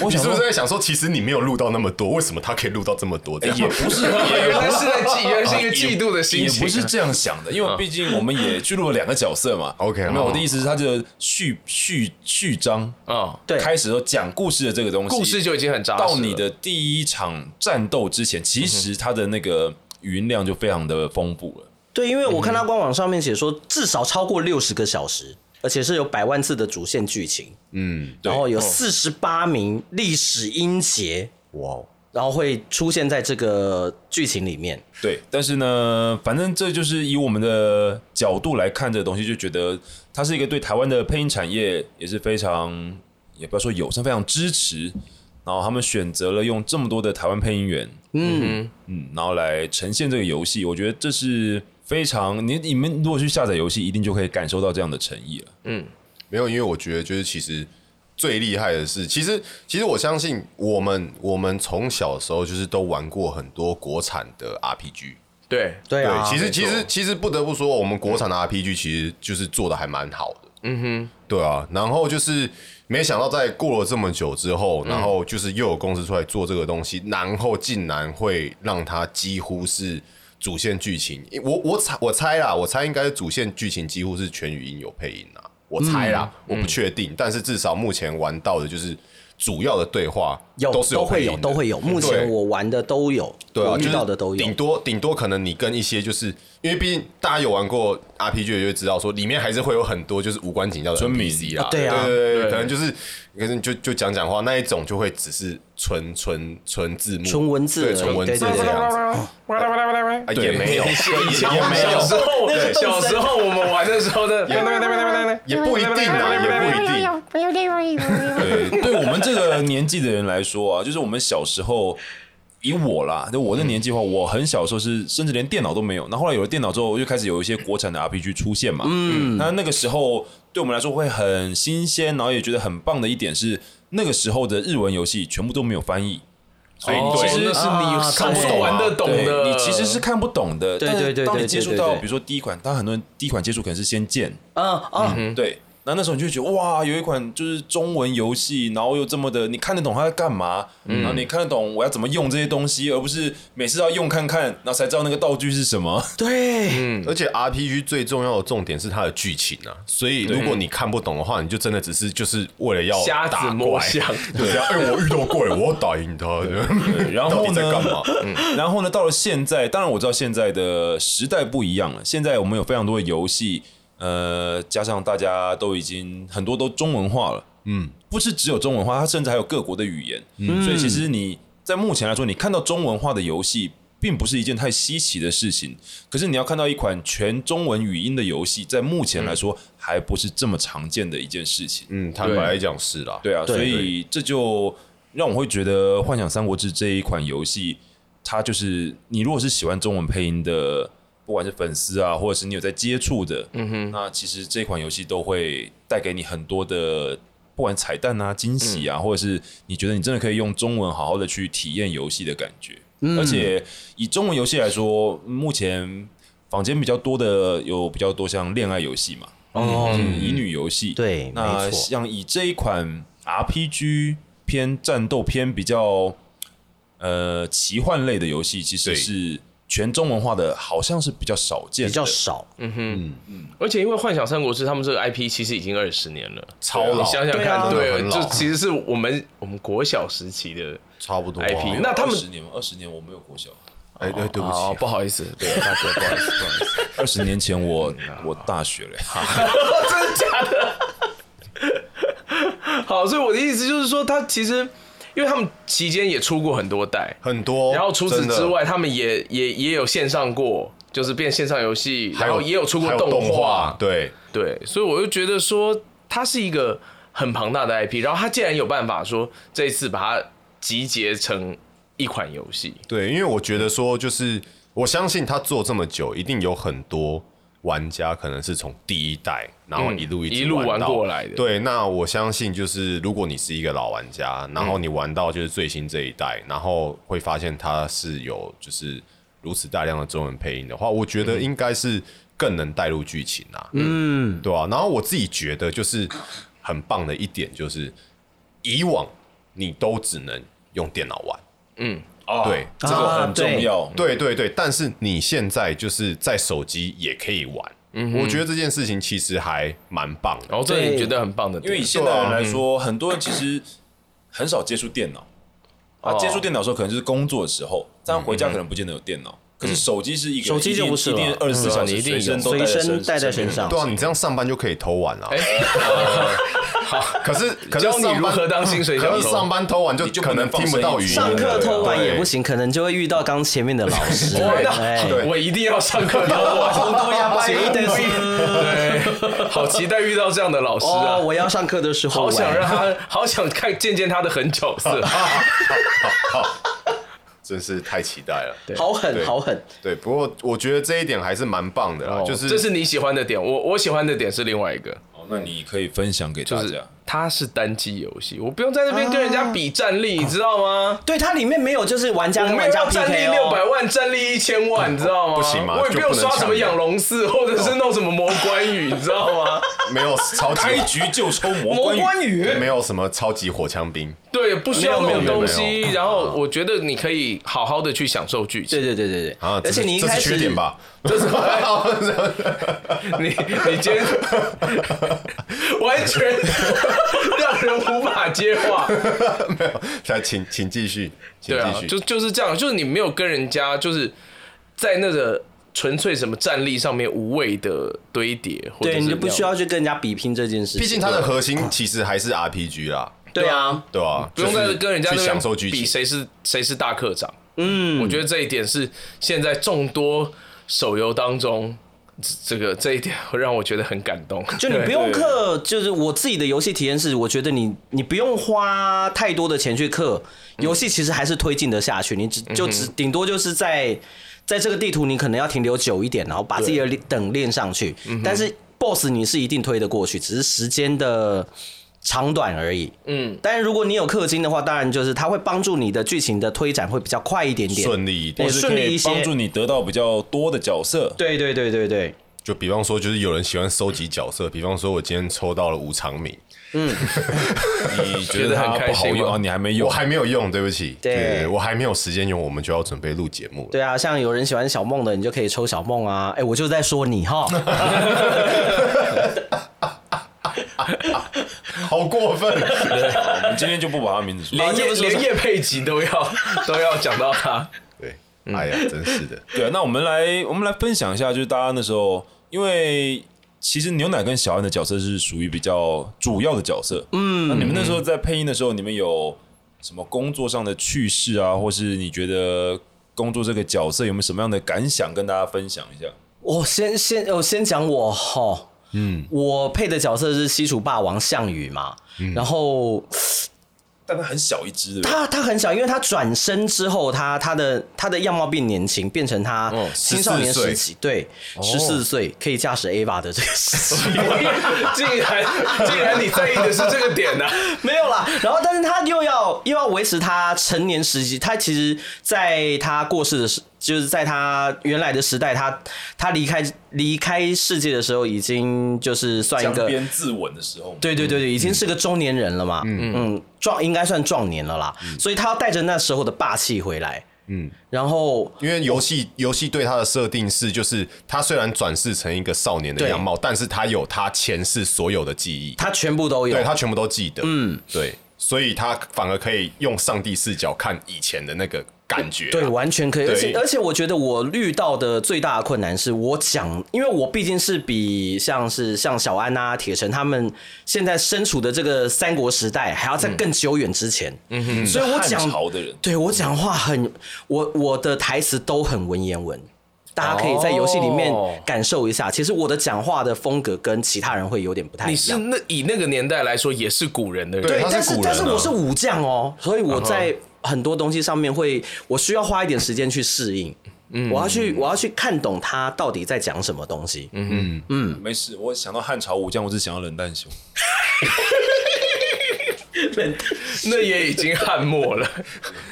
[SPEAKER 5] 我
[SPEAKER 6] 你
[SPEAKER 5] 想
[SPEAKER 6] 是
[SPEAKER 5] 说
[SPEAKER 6] 不是在想说，其实你没有录到那么多，为什么他可以录到这么多？这样
[SPEAKER 5] 哎也 <laughs> 不是，
[SPEAKER 1] 原
[SPEAKER 5] 也
[SPEAKER 1] 来是在 <laughs> 嫉，原来是一个嫉妒的心
[SPEAKER 5] 也
[SPEAKER 1] 情啊。
[SPEAKER 5] 不是这样想的，因为毕竟我们也去录了两个角色嘛。
[SPEAKER 6] OK，
[SPEAKER 5] 没有，
[SPEAKER 6] 好
[SPEAKER 5] 我的意思是它的序序序章
[SPEAKER 1] 啊，
[SPEAKER 3] 对
[SPEAKER 5] 开始的时候讲嗯故事的这个东西，
[SPEAKER 1] 故事就已经很扎实了。
[SPEAKER 5] 到你的第一场战斗之前，其实它的那个语音量就非常的丰富了。
[SPEAKER 3] 对，因为我看他官网上面写说，至少超过六十个小时，而且是有百万字的主线剧情，
[SPEAKER 6] 嗯，
[SPEAKER 3] 然后有四十八名历史音节，
[SPEAKER 6] 哇哦，
[SPEAKER 3] 然后会出现在这个剧情里面。
[SPEAKER 5] 对，但是呢，反正这就是以我们的角度来看这个东西，就觉得它是一个对台湾的配音产业也是非常，也不要说友善，非常支持。然后他们选择了用这么多的台湾配音员，
[SPEAKER 3] 嗯，
[SPEAKER 5] 嗯，然后来呈现这个游戏，我觉得这是非常你你们如果去下载游戏，一定就可以感受到这样的诚意了。
[SPEAKER 6] 没有，因为我觉得就是其实最厉害的是，其实其实我相信我们我们从小的时候就是都玩过很多国产的 RPG。
[SPEAKER 8] 对，
[SPEAKER 3] 对啊，
[SPEAKER 6] 其实
[SPEAKER 8] 没错
[SPEAKER 6] 其实其实不得不说，我们国产的 RPG 其实就是做的还蛮好的。
[SPEAKER 8] 嗯
[SPEAKER 6] 对啊，然后就是没想到在过了这么久之后，
[SPEAKER 3] 嗯
[SPEAKER 6] 然后就是又有公司出来做这个东西，然后竟然会让它几乎是主线剧情。因我我猜我猜啦，我猜应该主线剧情几乎是全语音有配音啦，啊我猜啦，
[SPEAKER 3] 嗯
[SPEAKER 6] 我不确定，但是至少目前玩到的就是主要的对话
[SPEAKER 3] 有
[SPEAKER 6] 都是
[SPEAKER 3] 都会
[SPEAKER 6] 配音
[SPEAKER 3] 有
[SPEAKER 6] 的
[SPEAKER 3] 都会有，目
[SPEAKER 6] 对
[SPEAKER 3] 前我玩的都有，
[SPEAKER 6] 对啊，
[SPEAKER 3] 我
[SPEAKER 6] 就
[SPEAKER 3] 遇
[SPEAKER 6] 是
[SPEAKER 3] 到的都有
[SPEAKER 6] 顶。多顶多可能你跟一些就是因为毕竟大家有玩过 RPG 的就会知道说里面还是会有很多就是无关紧要的
[SPEAKER 5] 村民
[SPEAKER 6] NPC 啦
[SPEAKER 3] 啊，对啊
[SPEAKER 6] 对对对，
[SPEAKER 8] 对
[SPEAKER 6] 可能就是可能就就讲讲话那一种就会只是纯纯纯字幕、
[SPEAKER 3] 纯文字而
[SPEAKER 6] 对
[SPEAKER 3] 已
[SPEAKER 6] 纯文字
[SPEAKER 3] 对对
[SPEAKER 6] 这
[SPEAKER 3] 对
[SPEAKER 6] 样子，啊也没有， <laughs> 也没
[SPEAKER 8] 小
[SPEAKER 6] 有
[SPEAKER 8] 时，候
[SPEAKER 3] 那是动
[SPEAKER 8] 小
[SPEAKER 3] 森
[SPEAKER 8] 时候我们玩的时候的，
[SPEAKER 6] 也不一定啊，也不一定。
[SPEAKER 5] 对，对我们这个年纪的人来说啊，就是我们小时候，以我啦，
[SPEAKER 8] 嗯
[SPEAKER 5] 就我的年纪的话，我很小的时候是甚至连电脑都没有。那后来有了电脑之后，就开始有一些国产的 RPG 出现嘛。嗯，那那个时候对我们来说会很新鲜，然后也觉得很棒的一点是，那个时候的日文游戏全部都没有翻译。所以你其实
[SPEAKER 8] 哦那是你看不懂玩得懂
[SPEAKER 5] 对
[SPEAKER 8] 的，
[SPEAKER 5] 你其实是看不懂的。
[SPEAKER 3] 对
[SPEAKER 5] 但是
[SPEAKER 3] 对对
[SPEAKER 5] 当你
[SPEAKER 3] 对
[SPEAKER 5] 接触
[SPEAKER 3] 对
[SPEAKER 5] 到
[SPEAKER 3] 对
[SPEAKER 5] 比如说第一款，当然很多人第一款接触可能是《仙剑》，
[SPEAKER 3] 嗯嗯，
[SPEAKER 5] 对，那那时候你就觉得哇，有一款就是中文游戏，然后又这么的，你看得懂它在干嘛，
[SPEAKER 3] 嗯
[SPEAKER 5] 然后你看得懂我要怎么用这些东西，而不是每次要用看看，然后才知道那个道具是什么。
[SPEAKER 3] 对，
[SPEAKER 6] <laughs> 而且 RPG 最重要的重点是它的剧情啊，所以如果你看不懂的话，你就真的只是就是为了要
[SPEAKER 8] 瞎子
[SPEAKER 6] 打
[SPEAKER 8] 摸
[SPEAKER 1] <laughs>
[SPEAKER 6] 怪，
[SPEAKER 8] 象，
[SPEAKER 6] 对啊，哎，我遇到怪，我要打赢他。
[SPEAKER 5] 对然
[SPEAKER 6] 到
[SPEAKER 5] 后
[SPEAKER 6] 底在
[SPEAKER 5] 呢
[SPEAKER 6] 干嘛？
[SPEAKER 5] <laughs> 然后呢，到了现在，当然我知道现在的时代不一样了，现在我们有非常多的游戏，呃，加上大家都已经很多都中文化了，嗯，不是只有中文化，它甚至还有各国的语言，所以其实你在目前来说，你看到中文化的游戏。并不是一件太稀奇的事情，可是你要看到一款全中文语音的游戏，在目前来说还不是这么常见的一件事情。
[SPEAKER 6] 嗯，坦白来讲是啦，
[SPEAKER 5] 对啊，
[SPEAKER 3] 对
[SPEAKER 5] 所以这就让我会觉得《幻想三国志》这一款游戏，它就是你如果是喜欢中文配音的，不管是粉丝啊，或者是你有在接触的，嗯哼，那其实这款游戏都会带给你很多的。不管彩蛋啊、惊喜啊，或者是你觉得你真的可以用中文好好的去体验游戏的感觉，而且以中文游戏来说，目前坊间比较多的有比较多像恋爱游戏嘛，
[SPEAKER 3] 哦
[SPEAKER 5] 嗯，乙女游戏，
[SPEAKER 3] 对
[SPEAKER 5] 那
[SPEAKER 3] 没错
[SPEAKER 5] 像以这一款 RPG 偏战斗偏比较呃奇幻类的游戏，其实
[SPEAKER 6] 对
[SPEAKER 5] 是全中文化的，好像是比较少见
[SPEAKER 3] 比
[SPEAKER 5] 的，
[SPEAKER 3] 较少。
[SPEAKER 1] 而且因为《幻想三国志》他们这个 IP 其实已经二十年了，
[SPEAKER 6] 超
[SPEAKER 1] 你
[SPEAKER 6] 老，
[SPEAKER 1] 想想
[SPEAKER 3] 对啊
[SPEAKER 1] 看，对，
[SPEAKER 6] 很老
[SPEAKER 1] 这其实是我们我们国小时期的
[SPEAKER 6] 差不多啊。
[SPEAKER 1] IP。那他
[SPEAKER 5] 二
[SPEAKER 1] 们
[SPEAKER 5] 十年吗？二十年我没有国小， <laughs>
[SPEAKER 6] 哎哎，对不起
[SPEAKER 8] 哦，
[SPEAKER 6] 啊，
[SPEAKER 8] 不好意思，对大哥，不好意思，不好意思，
[SPEAKER 5] 二十年前我我大学嘞，
[SPEAKER 3] 啊
[SPEAKER 1] 好，所以我的意思就是说，他其实因为他们期间也出过很多代，
[SPEAKER 6] 很多。
[SPEAKER 1] 然后除此
[SPEAKER 6] 哦真的
[SPEAKER 1] 之，外，他们也也也有线上过，就是变线上游戏，
[SPEAKER 6] 还
[SPEAKER 1] 然
[SPEAKER 6] 有
[SPEAKER 1] 后也有出过
[SPEAKER 6] 还有动
[SPEAKER 1] 画，
[SPEAKER 6] 对，
[SPEAKER 1] 对，所以我就觉得说，它是一个很庞大的 IP，然后它竟然有办法说这一次把它集结成一款游戏，
[SPEAKER 6] 对，因为我觉得说，就是我相信他做这么久，一定有很多玩家可能是从第一代，然后哦一路
[SPEAKER 1] 嗯
[SPEAKER 6] 直
[SPEAKER 1] 一路玩
[SPEAKER 6] 到
[SPEAKER 1] 过来的
[SPEAKER 6] 对，那我相信就是，如果你是一个老玩家，然后你玩到就是最新这一代，然后会发现它是有就是如此大量的中文配音的话，我觉得应该是更能带入剧情啊。嗯，对啊。然后我自己觉得就是很棒的一点就是，以往你都只能用电脑玩。
[SPEAKER 5] 哦
[SPEAKER 6] 对
[SPEAKER 5] <laughs> 这个很重要，
[SPEAKER 6] 对对对，但是你现在就是在手机也可以玩，我觉得这件事情其实还蛮棒的。
[SPEAKER 1] 哦
[SPEAKER 8] 然后这里你觉得很棒的
[SPEAKER 5] 因
[SPEAKER 8] 点，
[SPEAKER 5] 为以现代人来说，很多人其实很少接触电脑啊，
[SPEAKER 3] 哦
[SPEAKER 5] 接触电脑的时候可能就是工作的时候，但回
[SPEAKER 3] 嗯
[SPEAKER 5] 家可能不见得有电脑。可是手机是一个
[SPEAKER 3] 手机就不是
[SPEAKER 5] 一
[SPEAKER 3] 了
[SPEAKER 5] 定二十四小
[SPEAKER 8] 嗯
[SPEAKER 5] 时
[SPEAKER 8] 你一定
[SPEAKER 5] 随身都
[SPEAKER 3] 随
[SPEAKER 5] 在
[SPEAKER 3] 身带在身
[SPEAKER 5] 边
[SPEAKER 3] 上
[SPEAKER 6] 对，啊，你这样上班就可以偷玩 <laughs> 了。可是可是
[SPEAKER 1] 教你
[SPEAKER 6] 上
[SPEAKER 1] 如
[SPEAKER 6] 班
[SPEAKER 1] 何当薪水小
[SPEAKER 6] 可是
[SPEAKER 1] 偷
[SPEAKER 6] 上班偷玩就
[SPEAKER 5] 你就不
[SPEAKER 6] 可能
[SPEAKER 5] 能放
[SPEAKER 6] 听不
[SPEAKER 5] 声
[SPEAKER 6] 到语
[SPEAKER 5] 音
[SPEAKER 6] 音
[SPEAKER 3] 上
[SPEAKER 6] 了，
[SPEAKER 3] 课偷玩
[SPEAKER 6] 对啊
[SPEAKER 3] 也不行，可能就会遇到刚前面的老
[SPEAKER 6] <laughs>
[SPEAKER 3] 师。
[SPEAKER 6] 啊
[SPEAKER 3] 哎，
[SPEAKER 1] 我一定要上课然后我红豆
[SPEAKER 3] 呀白
[SPEAKER 1] 请勿
[SPEAKER 3] 的
[SPEAKER 1] 故意对，好期待遇到这样的老师啊
[SPEAKER 3] 哦，！我要上课的时候
[SPEAKER 1] 好
[SPEAKER 3] 玩，
[SPEAKER 1] 想让他，好想看见见他的狠角色。
[SPEAKER 6] 真是太期待了。对
[SPEAKER 3] 好狠，好狠。
[SPEAKER 6] 对，不过我觉得这一点还是蛮
[SPEAKER 1] 哦
[SPEAKER 6] 棒的啦，就是
[SPEAKER 1] 这是你喜欢的点，我我喜欢的点是另外一个，
[SPEAKER 5] 哦，那你可以分享给大
[SPEAKER 1] 就
[SPEAKER 5] 家。
[SPEAKER 1] 是它是单机游戏，我不用在那边跟人家比战力，你知道吗？
[SPEAKER 3] 对，它里面没有就是玩家
[SPEAKER 1] 我
[SPEAKER 3] 跟
[SPEAKER 1] 没
[SPEAKER 3] 玩
[SPEAKER 1] 有
[SPEAKER 3] 家
[SPEAKER 1] 要战力
[SPEAKER 3] PK
[SPEAKER 1] 六百
[SPEAKER 3] 哦。
[SPEAKER 1] 万，战力一千万，你知道吗？
[SPEAKER 6] 不行吗
[SPEAKER 1] 我也不
[SPEAKER 6] 就
[SPEAKER 1] 用
[SPEAKER 6] 不能
[SPEAKER 1] 刷什
[SPEAKER 6] 呛
[SPEAKER 1] 么
[SPEAKER 6] 人
[SPEAKER 1] 养龙寺，或者是弄什么魔关羽，你知道吗？
[SPEAKER 6] 没有超级
[SPEAKER 5] 开局就
[SPEAKER 6] <laughs>
[SPEAKER 5] 抽魔
[SPEAKER 3] 魔
[SPEAKER 5] 关羽，
[SPEAKER 3] 关羽，
[SPEAKER 6] 没有什么超级火枪兵，
[SPEAKER 1] 对，不需要那种东
[SPEAKER 6] 没
[SPEAKER 1] 西。然后我觉得你可以好好的去享受剧
[SPEAKER 3] 对
[SPEAKER 1] 情。
[SPEAKER 3] 对对对对，
[SPEAKER 6] 啊，
[SPEAKER 3] 而且你一
[SPEAKER 6] 这是
[SPEAKER 3] 开
[SPEAKER 6] 这
[SPEAKER 3] 始
[SPEAKER 6] 是缺点吧？
[SPEAKER 1] 这
[SPEAKER 6] <laughs>
[SPEAKER 1] 是你你今天完全让人无法接话。
[SPEAKER 6] 没有，来，请请继续，请
[SPEAKER 1] 对啊
[SPEAKER 6] 继，续。
[SPEAKER 1] 就就是这样，就是你没有跟人家就是在那个纯粹什么战力上面无谓的堆叠，或者
[SPEAKER 3] 对
[SPEAKER 1] 是
[SPEAKER 3] 你就不需
[SPEAKER 1] 那样
[SPEAKER 3] 要去跟人家比拼这件事情。
[SPEAKER 6] 毕竟它的核心其实还是 RPG 啦，
[SPEAKER 3] 对啊，
[SPEAKER 6] 对吧？
[SPEAKER 1] 不用再
[SPEAKER 6] 就是
[SPEAKER 1] 跟人家
[SPEAKER 6] 去
[SPEAKER 1] 那边
[SPEAKER 6] 享受剧
[SPEAKER 1] 比
[SPEAKER 6] 情。
[SPEAKER 1] 谁是谁是大课长。嗯，我觉得这一点是现在众多手游当中，这这个这一点会让我觉得很感动。 <laughs>
[SPEAKER 3] 就你不用氪，就是我自己的游戏体验是，我觉得你你不用花太多的钱去氪，游戏其实还是推进得下去，你
[SPEAKER 6] 嗯
[SPEAKER 3] 只就只顶多就是在在这个地图你可能要停留久一点，然后把自己的等练上去，
[SPEAKER 6] 嗯
[SPEAKER 3] 但是 BOSS 你是一定推得过去，只是时间的。长短而已，嗯，但是如果你有氪金的话，当然就是它会帮助你的剧情的推展会比较快一点点，
[SPEAKER 6] 顺利一点
[SPEAKER 3] 对，
[SPEAKER 5] 或是
[SPEAKER 3] 顺
[SPEAKER 5] 可
[SPEAKER 3] 利一
[SPEAKER 5] 以
[SPEAKER 3] 些
[SPEAKER 5] 帮助你得到比较多的角色。
[SPEAKER 3] 对对对对对，
[SPEAKER 6] 就比方说，就是有人喜欢收集角色，比方说我今天抽到了无常米，
[SPEAKER 3] 嗯
[SPEAKER 6] <laughs>
[SPEAKER 5] 你觉得它
[SPEAKER 1] 觉得很开
[SPEAKER 5] 不好
[SPEAKER 1] 心
[SPEAKER 5] 用
[SPEAKER 1] 吗
[SPEAKER 5] 啊？你还没用，
[SPEAKER 6] 我还没有用，对不起，
[SPEAKER 3] 对
[SPEAKER 6] 我还没有时间用，我们就要准备录节目了。
[SPEAKER 3] 对啊，像有人喜欢小梦的，你就可以抽小梦啊。哎、我就在说你
[SPEAKER 6] <laughs>
[SPEAKER 3] 哈，
[SPEAKER 6] 好过
[SPEAKER 3] <laughs>
[SPEAKER 6] 分！
[SPEAKER 5] 我们今天就不把它名字说。
[SPEAKER 1] 连叶连 <laughs> 叶佩吉都要都要讲到他，
[SPEAKER 6] 对，哎呀，真是的，
[SPEAKER 5] 对啊，那我们来我们来分享一下，就是大家那时候，因为其实牛奶跟小安的角色是属于比较主要的角色。嗯，那你们那时候在配音的时候，你们有什么工作上的趣事啊，或是你觉得工作这个角色有没有什么样的感想，跟大家分享一下？
[SPEAKER 3] 我先先我先讲我哈，嗯，我配的角色是西楚霸王项羽嘛，然后
[SPEAKER 1] 嗯
[SPEAKER 5] 但它很小一只，对不对？
[SPEAKER 3] 他他很小，因为他转身之后，他他的他的样貌变年轻，变成他青少年时期，对，十四岁可以驾驶 AVA 的这个时期。 <laughs>
[SPEAKER 1] 竟然 <laughs> 竟然你在意的是这个点呢、啊
[SPEAKER 5] <laughs>
[SPEAKER 3] 没有啦。然后，但是他又要又要维持他成年时期，他其实在他过世的时，就是在他原来的时代，他他离开离开世界的时候，已经就是算一
[SPEAKER 5] 江
[SPEAKER 3] 个。
[SPEAKER 5] 边自刎的时候，
[SPEAKER 3] 对对对对，已经是个中年人了嘛，嗯嗯，壮应该算壮年了啦，所以他要带着那时候的霸气回来，嗯，然后
[SPEAKER 6] 因为游戏游戏对他的设定是，就是他虽然转世成一个少年的
[SPEAKER 3] 对
[SPEAKER 6] 样貌，但是他有他前世所有的记忆，
[SPEAKER 3] 他全部都有，
[SPEAKER 6] 对他全部都记得。嗯，对，所以他反而可以用上帝视角看以前的那个感觉啊、
[SPEAKER 3] 对，完全可以。
[SPEAKER 6] 对
[SPEAKER 3] 而且而且，我觉得我遇到的最大的困难是我讲，因为我毕竟是比像是像小安啊、铁城他们现在身处的这个三国时代还要在更久远之前，嗯哼，所以我
[SPEAKER 5] 汉
[SPEAKER 3] 讲，
[SPEAKER 5] 朝的人，
[SPEAKER 3] 对我讲话很，我我的台词都很文言文。大家可以在游戏里面
[SPEAKER 1] 哦
[SPEAKER 3] 感受一下，其实我的讲话的风格跟其他人会有点不太
[SPEAKER 1] <laughs>
[SPEAKER 3] 一
[SPEAKER 1] 你
[SPEAKER 3] 样。
[SPEAKER 1] 是那以那个年代来说，也是古人的人，
[SPEAKER 6] 对他是
[SPEAKER 3] 但是
[SPEAKER 6] 古人
[SPEAKER 3] 但是
[SPEAKER 6] 啊
[SPEAKER 3] 我是武将哦，所以我在很多东西上面会，我需要花一点时间去适应。我要去，我要去看懂他到底在讲什么东西。嗯
[SPEAKER 5] 没事，我想到汉朝武将，我只想到冷淡熊。
[SPEAKER 1] <laughs> 那也已经汉末 <laughs> 了。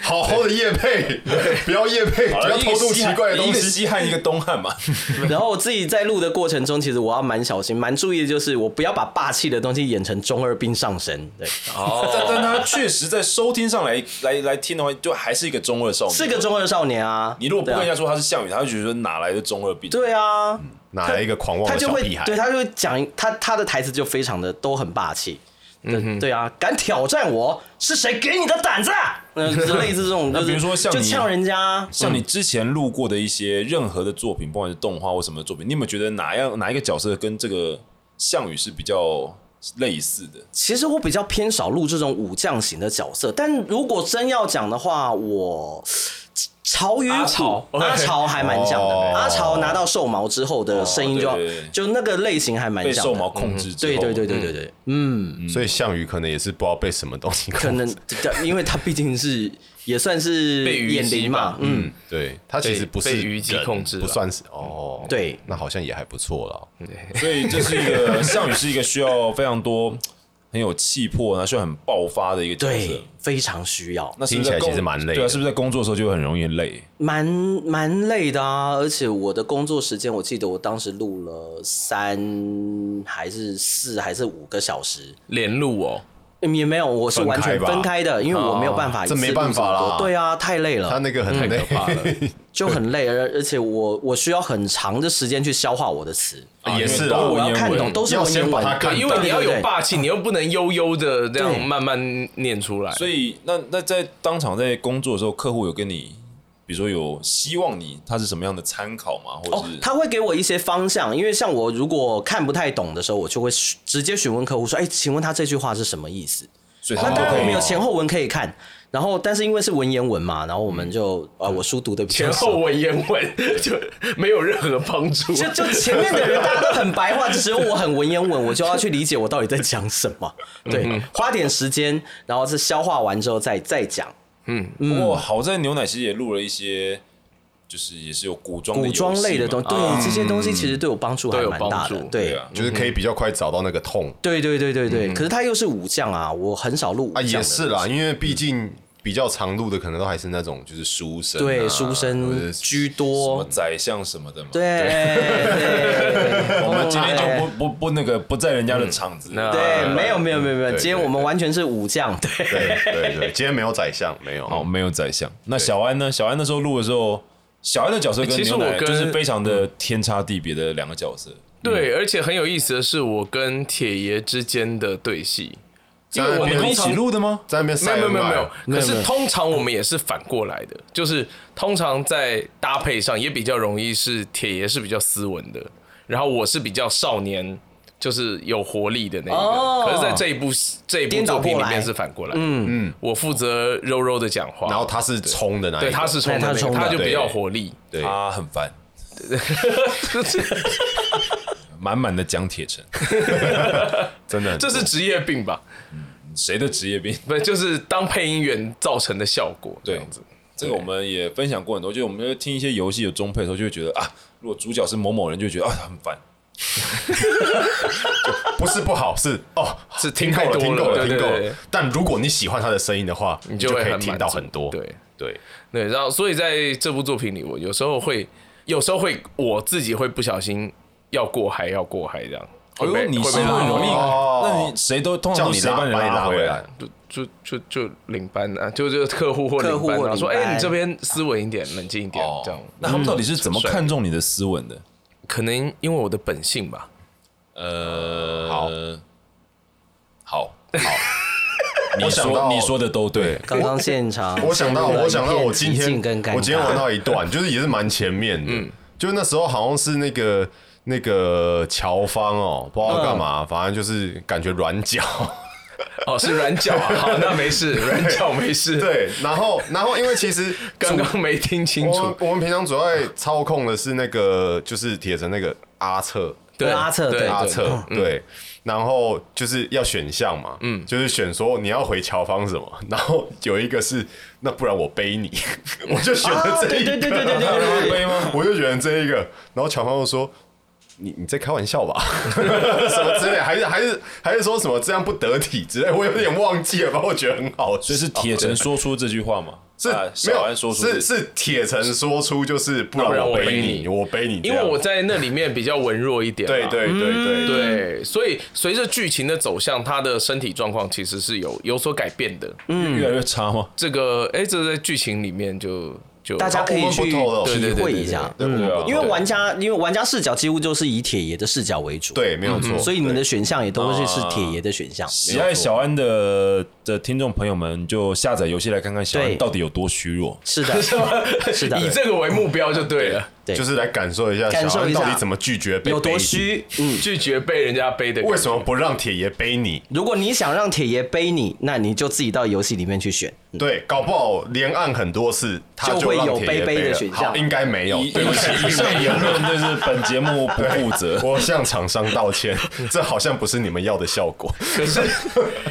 [SPEAKER 6] 好好的夜配，不要夜配，不要
[SPEAKER 5] 一个
[SPEAKER 6] 偷渡
[SPEAKER 5] 西
[SPEAKER 6] 奇
[SPEAKER 5] 汉
[SPEAKER 6] 怪的
[SPEAKER 5] 一
[SPEAKER 6] 东
[SPEAKER 5] 个
[SPEAKER 6] 西。
[SPEAKER 5] 西汉，一个东汉嘛。
[SPEAKER 3] 然后我自己在录的过程中，其实我要蛮小心、蛮注意的，就是我不要把霸气的东西演成中二病上身。对，
[SPEAKER 5] 但但他确实在收听上来来来听的话，就还是一个中二少年。
[SPEAKER 3] 是个中二少年啊。
[SPEAKER 5] 你如果不跟人
[SPEAKER 3] 对啊
[SPEAKER 5] 家说他是项羽，他会觉得说哪来的中二病？
[SPEAKER 3] 对啊，
[SPEAKER 6] 哪来一个狂妄
[SPEAKER 3] 他
[SPEAKER 6] 的
[SPEAKER 3] 就
[SPEAKER 6] 小
[SPEAKER 3] 会
[SPEAKER 6] 屁孩？
[SPEAKER 3] 对他就会讲他他的台词就非常的都很霸气。
[SPEAKER 5] 嗯
[SPEAKER 3] 对对啊，敢挑战我是谁给你的胆子、啊？嗯，类似
[SPEAKER 5] <laughs>
[SPEAKER 3] 这种，就
[SPEAKER 5] 那
[SPEAKER 3] 是
[SPEAKER 5] 比如说像
[SPEAKER 3] 就
[SPEAKER 5] 你
[SPEAKER 3] 呛人家啊，
[SPEAKER 5] 像你之前录过的一些任何的作品，不管是动画或什么作品，你有没有觉得哪样哪一个角色跟这个项羽是比较类似的？
[SPEAKER 3] 其实我比较偏少录这种武将型的角色，但如果真要讲的话，我曹与
[SPEAKER 1] 阿
[SPEAKER 3] 虎
[SPEAKER 1] 曹
[SPEAKER 3] 阿曹还蛮像的。
[SPEAKER 6] 哦
[SPEAKER 3] 阿曹拿到兽毛之后的声音就要
[SPEAKER 5] 哦对对对
[SPEAKER 3] 就那个类型还蛮
[SPEAKER 5] 被
[SPEAKER 3] 像
[SPEAKER 5] 兽
[SPEAKER 3] 的
[SPEAKER 5] 毛。嗯控制之
[SPEAKER 3] 嗯对
[SPEAKER 5] 后，
[SPEAKER 3] 对对对对对，
[SPEAKER 6] 所以项羽可能也是不知道被什么东西
[SPEAKER 3] 可
[SPEAKER 6] 控
[SPEAKER 3] 能 <laughs> 因为他毕竟是也算是
[SPEAKER 1] 被虞姬
[SPEAKER 3] 眼灵嘛
[SPEAKER 1] 吧，
[SPEAKER 3] 嗯，
[SPEAKER 6] 嗯，对他其实不是
[SPEAKER 1] 被虞姬
[SPEAKER 6] 人
[SPEAKER 1] 控制了
[SPEAKER 6] 不算是哦。
[SPEAKER 3] 对，
[SPEAKER 6] 那好像也还不错了。
[SPEAKER 5] 所以这是一个项羽是一个需要非常多很有气魄，然后就很爆发的一个角色
[SPEAKER 3] 对。，非常需要，
[SPEAKER 5] 那是不
[SPEAKER 6] 听
[SPEAKER 5] 是
[SPEAKER 6] 起
[SPEAKER 5] 在
[SPEAKER 6] 来
[SPEAKER 5] 工
[SPEAKER 6] 其实蛮累的
[SPEAKER 5] 对啊，是不是在工作的时候就很容易累？
[SPEAKER 3] 蛮蛮累的啊。而且我的工作时间，我记得我当时录了三还是四还是五个小时，
[SPEAKER 1] 连路哦，
[SPEAKER 3] 嗯也没有，我是完全
[SPEAKER 6] 分开吧啊
[SPEAKER 3] 分开的，因为我没有办法一次录
[SPEAKER 6] 这
[SPEAKER 3] 么
[SPEAKER 6] 没
[SPEAKER 3] 多，
[SPEAKER 6] 办法啦
[SPEAKER 3] 对啊，太累了，
[SPEAKER 6] 他那个
[SPEAKER 1] 太
[SPEAKER 6] 很
[SPEAKER 1] 可
[SPEAKER 6] 累，
[SPEAKER 1] 怕了。
[SPEAKER 3] 就很累，而而且我我需要很长的时间去消化我的词，
[SPEAKER 5] 啊
[SPEAKER 6] 也是
[SPEAKER 5] 因为都
[SPEAKER 6] 啊
[SPEAKER 3] 我要
[SPEAKER 5] 文言
[SPEAKER 3] 看
[SPEAKER 5] 文
[SPEAKER 3] 懂，都是
[SPEAKER 6] 要
[SPEAKER 3] 文言
[SPEAKER 6] 先把
[SPEAKER 3] 文。
[SPEAKER 6] 它看
[SPEAKER 1] 对，
[SPEAKER 6] 懂，
[SPEAKER 1] 因为你要
[SPEAKER 3] 对对
[SPEAKER 1] 有
[SPEAKER 3] 对
[SPEAKER 1] 霸气，你又不能悠悠的这样
[SPEAKER 3] 对
[SPEAKER 1] 慢慢念出
[SPEAKER 3] 哎
[SPEAKER 1] 来。
[SPEAKER 5] 所以那那在当场在工作的时候，客户有跟你，比如说有希望你他是什么样的参考吗？或
[SPEAKER 3] 哦
[SPEAKER 5] 者是、，
[SPEAKER 3] 他会给我一些方向，因为像我如果看不太懂的时候，我就会询直接询问客户说：“哎，请问他这句话是什么意思？”
[SPEAKER 5] 所以
[SPEAKER 3] 那
[SPEAKER 5] 他
[SPEAKER 3] 当然我
[SPEAKER 5] 都
[SPEAKER 3] 们
[SPEAKER 5] 没
[SPEAKER 3] 有前后文可以看，然后但是因为是文言文嘛，然后我们就呃我书读的比较
[SPEAKER 1] 前
[SPEAKER 3] 少
[SPEAKER 1] 后文言文 <laughs> 就没有任何帮助。
[SPEAKER 3] 就就前面的人大家都很白话，只有我很文言文，我就要去理解我到底在讲什么。对，花点时间，然后是消化完之后再再讲。
[SPEAKER 5] 不
[SPEAKER 3] 嗯
[SPEAKER 5] 过好在牛奶其实也录了一些，就是也是有古装的啊
[SPEAKER 3] 古装类的东
[SPEAKER 5] 西
[SPEAKER 3] 西，对这些东西其实对我帮助还
[SPEAKER 1] 都有
[SPEAKER 3] 蛮大
[SPEAKER 1] 帮
[SPEAKER 3] 的
[SPEAKER 1] 助。
[SPEAKER 5] 对
[SPEAKER 3] 对
[SPEAKER 5] 啊，
[SPEAKER 6] 就是可以比较快找到那个痛
[SPEAKER 3] 对对对对对，可是他又是武将啊，我很少录武
[SPEAKER 6] 啊，
[SPEAKER 3] 将的
[SPEAKER 6] 也是啦，因为毕
[SPEAKER 1] 嗯
[SPEAKER 6] 竟比较常录的可能都还是那种就是书生啊，
[SPEAKER 3] 对书生居
[SPEAKER 5] 什么
[SPEAKER 3] 多。
[SPEAKER 5] 宰相什么的嘛。
[SPEAKER 3] 对，对，
[SPEAKER 5] 我们今天
[SPEAKER 3] 对
[SPEAKER 5] 就不不不那个不在人家
[SPEAKER 3] 嗯
[SPEAKER 5] 的场子。
[SPEAKER 1] 那
[SPEAKER 3] 对，没有没有没有没有，
[SPEAKER 6] 对
[SPEAKER 3] 今天我们完全是武将，对，
[SPEAKER 6] 对对对，今天没有宰相，没有，
[SPEAKER 5] 哦，没有宰相。那小安呢？小安那时候录的时候，小安的角色跟
[SPEAKER 1] 其实
[SPEAKER 5] 牛奶
[SPEAKER 1] 我跟
[SPEAKER 5] 就是非常的天差地别的两个角色。
[SPEAKER 1] 对，而且很有意思的是，我跟铁爷之间的对戏，因为我
[SPEAKER 6] 在那
[SPEAKER 1] 们
[SPEAKER 6] 边
[SPEAKER 1] 通
[SPEAKER 5] 一起
[SPEAKER 1] 常
[SPEAKER 5] 录的吗？
[SPEAKER 6] 在那边
[SPEAKER 1] 没
[SPEAKER 6] 塞
[SPEAKER 1] 有没有没
[SPEAKER 6] 恩麦啊
[SPEAKER 1] 有没有，可是通常我们也是反过来的，就是通常在搭配上也比较容易是铁爷是比较斯文的，然后我是比较少年，就是有活力的那一个。
[SPEAKER 3] 哦
[SPEAKER 1] 可是在这一部这一部
[SPEAKER 3] 颠倒
[SPEAKER 1] 作品
[SPEAKER 3] 过
[SPEAKER 1] 里
[SPEAKER 3] 来
[SPEAKER 1] 面是反过来，嗯嗯，我负责柔柔的讲话，
[SPEAKER 6] 然后他哎是冲的那一个
[SPEAKER 1] 对他是冲
[SPEAKER 3] 对
[SPEAKER 1] 的
[SPEAKER 3] 他
[SPEAKER 1] 那
[SPEAKER 3] 是
[SPEAKER 1] 个，
[SPEAKER 3] 冲的
[SPEAKER 1] 他就比
[SPEAKER 6] 对
[SPEAKER 1] 较有活力，
[SPEAKER 6] 对
[SPEAKER 5] 他很烦，满满的蒋铁城，
[SPEAKER 6] 真的很
[SPEAKER 1] 这是职业病吧？
[SPEAKER 5] 谁的职业病？
[SPEAKER 1] 不就是当配音员造成的效果这
[SPEAKER 5] 对
[SPEAKER 1] 样子？
[SPEAKER 5] 这个我们也分享过很多，就是我们在听一些游戏的中配的时候，就会觉得啊，如果主角是某某人，就会觉得啊很烦。
[SPEAKER 6] 不是不好，是哦，
[SPEAKER 1] 是
[SPEAKER 6] 听
[SPEAKER 1] 听
[SPEAKER 6] 够
[SPEAKER 1] 太
[SPEAKER 6] 了，
[SPEAKER 1] 多
[SPEAKER 6] 听够
[SPEAKER 1] 了
[SPEAKER 6] 了，
[SPEAKER 1] 对对
[SPEAKER 6] 听够
[SPEAKER 1] 对
[SPEAKER 6] 了。但如果你喜欢他的声音的话，你
[SPEAKER 1] 就会
[SPEAKER 6] 可以
[SPEAKER 1] 很
[SPEAKER 6] 听
[SPEAKER 1] 满
[SPEAKER 6] 到
[SPEAKER 1] 足
[SPEAKER 6] 很多。
[SPEAKER 1] 对
[SPEAKER 6] 对，
[SPEAKER 1] 对，然后所以在这部作品里，我有时候会，有时候会我自己会不小心要过嗨，要过嗨这样。
[SPEAKER 5] 哎
[SPEAKER 1] 会被
[SPEAKER 5] 呦，你
[SPEAKER 1] 会
[SPEAKER 5] 是
[SPEAKER 1] 被
[SPEAKER 5] 很容易，
[SPEAKER 6] 哦
[SPEAKER 5] 那你谁都通常
[SPEAKER 6] 叫
[SPEAKER 5] 都
[SPEAKER 6] 你
[SPEAKER 5] 谁
[SPEAKER 6] 拉
[SPEAKER 5] 把
[SPEAKER 6] 把
[SPEAKER 5] 你
[SPEAKER 6] 你
[SPEAKER 5] 拉
[SPEAKER 6] 拉
[SPEAKER 5] 回
[SPEAKER 6] 回
[SPEAKER 5] 来
[SPEAKER 6] 来？
[SPEAKER 1] 就就就领班啊，就就客户或
[SPEAKER 3] 客
[SPEAKER 1] 领
[SPEAKER 3] 户
[SPEAKER 1] 班
[SPEAKER 3] 或
[SPEAKER 1] 啊，说
[SPEAKER 3] 领班
[SPEAKER 1] 哎，你这边斯文一点，冷静一点，
[SPEAKER 5] 哦
[SPEAKER 1] 这样。
[SPEAKER 5] 那他们到底是怎么看中你的斯文的？
[SPEAKER 1] 可能因为我的本性吧，
[SPEAKER 5] 呃，好，
[SPEAKER 1] <laughs>
[SPEAKER 5] 好，
[SPEAKER 6] 我
[SPEAKER 5] 你
[SPEAKER 6] 想到
[SPEAKER 5] 说你说的都对，
[SPEAKER 3] 刚刚现场，
[SPEAKER 6] <laughs> 我想到，我想到，我今
[SPEAKER 3] 寂
[SPEAKER 6] 天
[SPEAKER 3] 静跟尴尬
[SPEAKER 6] 我今天玩到一段，就是也是蛮前面的，
[SPEAKER 1] 嗯
[SPEAKER 6] 就那时候好像是那个那个乔芳哦，不知道干
[SPEAKER 1] 嗯
[SPEAKER 6] 嘛，反正就是感觉软脚， <laughs>
[SPEAKER 1] 哦，是软脚啊，好，那没事，软脚没事。，
[SPEAKER 6] 对，然后然后因为其实
[SPEAKER 1] 刚刚没听清
[SPEAKER 6] 我
[SPEAKER 1] 楚
[SPEAKER 6] 们。我们平常主要在操控的是那个就是铁城那个阿策。
[SPEAKER 1] 对，
[SPEAKER 3] 阿策
[SPEAKER 1] 对嗯
[SPEAKER 3] 对
[SPEAKER 6] 阿策对，然后就是要选项嘛，嗯，就是选说你要回乔方什么，然后有一个是那不然我背你， <laughs> 我就选了这
[SPEAKER 3] 哦对
[SPEAKER 6] 一
[SPEAKER 3] 对对
[SPEAKER 6] 个，
[SPEAKER 3] 对对对对对
[SPEAKER 6] 背 <laughs> 吗？我就选了这一个，然后乔方就说。你你在开玩笑吧？ <laughs> 什么之类，还是还是还是说什么这样不得体之类，我有点忘记了，反正我觉得很好笑。
[SPEAKER 5] 所以是铁城说出这句话吗？
[SPEAKER 6] 是
[SPEAKER 5] 哦啊
[SPEAKER 6] 没
[SPEAKER 5] 小安
[SPEAKER 6] 有
[SPEAKER 5] 说出
[SPEAKER 6] 是
[SPEAKER 5] 的，
[SPEAKER 6] 是铁城说出就是不
[SPEAKER 1] 不然
[SPEAKER 6] 然
[SPEAKER 1] 我
[SPEAKER 6] 我
[SPEAKER 1] 背
[SPEAKER 6] 背
[SPEAKER 1] 你
[SPEAKER 6] 你，我背你这
[SPEAKER 1] 因
[SPEAKER 6] 样，
[SPEAKER 1] 为我在那里面比较文弱一点啦，
[SPEAKER 6] 对对对
[SPEAKER 3] 嗯
[SPEAKER 6] 对
[SPEAKER 5] 嗯
[SPEAKER 1] 对，所以随着剧情的走向，他的身体状况其实是有有所改变的。
[SPEAKER 5] 越来越差吗？
[SPEAKER 1] 这个，哎，这在剧情里面就就
[SPEAKER 3] <laughs> 大家可以去
[SPEAKER 6] 我们不透露
[SPEAKER 3] 体会一下，嗯
[SPEAKER 6] 对对对
[SPEAKER 3] 因为玩家因为玩家视角几乎就是以铁爷的视角为主，，
[SPEAKER 6] 对，没有错，
[SPEAKER 3] 嗯所以你
[SPEAKER 6] 对
[SPEAKER 3] 的选项也都会是铁爷的选项。
[SPEAKER 5] 喜爱小安的的听众朋友们，就下载游戏来看看小安
[SPEAKER 3] 对
[SPEAKER 5] 到底有多虚弱。
[SPEAKER 3] <laughs> 是的， <laughs> 是的，
[SPEAKER 1] 以这个为目标就对了，
[SPEAKER 3] 对
[SPEAKER 6] 就是来感受一下
[SPEAKER 3] 感
[SPEAKER 6] 小
[SPEAKER 3] 受一
[SPEAKER 6] 安
[SPEAKER 3] 下
[SPEAKER 6] 到底怎么拒绝被
[SPEAKER 3] 有多
[SPEAKER 6] 背
[SPEAKER 3] 虚。嗯，
[SPEAKER 1] 拒绝被人家背的感觉。
[SPEAKER 6] 为什么不让铁爷背你？
[SPEAKER 3] 如果你想让铁爷背你，那你就自己到游戏里面去选。
[SPEAKER 6] 对，搞不好连按很多次，他
[SPEAKER 3] 嗯就会
[SPEAKER 6] 让
[SPEAKER 3] 有
[SPEAKER 6] 铁爷
[SPEAKER 3] 背背
[SPEAKER 6] 背
[SPEAKER 3] 的
[SPEAKER 6] 了
[SPEAKER 3] 选项
[SPEAKER 6] 好，应该没有，
[SPEAKER 5] 以
[SPEAKER 6] 对不起，
[SPEAKER 5] 以上言论就是本节目不负责。
[SPEAKER 6] <laughs> 我向厂商道歉，这好像不是你们要的效果。
[SPEAKER 1] <laughs> 可是，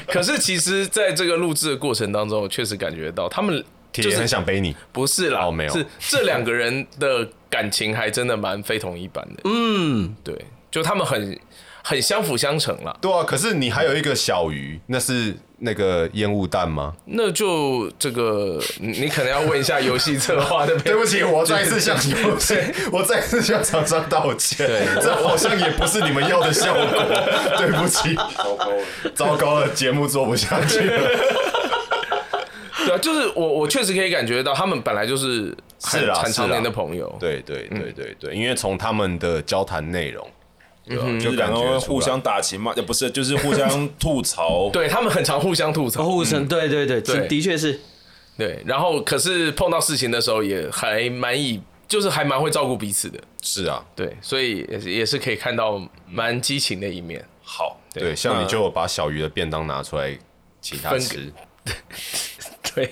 [SPEAKER 1] 可是其实在这个录制的过程当中，我确实感觉到他们
[SPEAKER 6] 铁爷很想背你，
[SPEAKER 1] 不是啦，
[SPEAKER 6] 哦没有
[SPEAKER 1] 是这两个人的感情还真的蛮非同一般的。嗯，对，就他们很很相辅相成了。
[SPEAKER 6] 对啊，可是你还有一个小鱼，那是那个烟雾弹吗？
[SPEAKER 1] 那就这个，你你可能要问一下游戏策划
[SPEAKER 3] <laughs>
[SPEAKER 1] 的。
[SPEAKER 6] <laughs> 对不起，我再一次向游戏， <laughs> 我再一次向厂商道歉。这好像也不是你们要的效果。对不起，糟糕了，糟糕了，节目做不下去了。
[SPEAKER 1] 对啊，就是我我确实可以感觉到，他们本来就是很
[SPEAKER 6] <laughs> 是啦
[SPEAKER 1] 很常
[SPEAKER 6] 是啦
[SPEAKER 1] 年的朋友。
[SPEAKER 6] 对对对对对，因为从他们的交谈内容，对啊
[SPEAKER 5] 就
[SPEAKER 6] 就
[SPEAKER 5] 两
[SPEAKER 6] 感
[SPEAKER 5] 个
[SPEAKER 6] 觉
[SPEAKER 5] 人
[SPEAKER 6] 出
[SPEAKER 5] 互
[SPEAKER 6] 来
[SPEAKER 5] 相打情骂，呃不是，就是互相吐槽。
[SPEAKER 1] 对他们很常互相吐槽，
[SPEAKER 3] 护神， <laughs> 对对对，
[SPEAKER 1] 对
[SPEAKER 3] 的的确是，
[SPEAKER 1] 对，然后可是碰到事情的时候也还蛮以，就是还蛮会照顾彼此的，
[SPEAKER 6] 是啊，
[SPEAKER 1] 对，所以也是也是可以看到蛮激情的一面。
[SPEAKER 5] 好，
[SPEAKER 6] 对，像你就有把小鱼的便当拿出来请他
[SPEAKER 1] 分
[SPEAKER 6] 吃。
[SPEAKER 1] 对，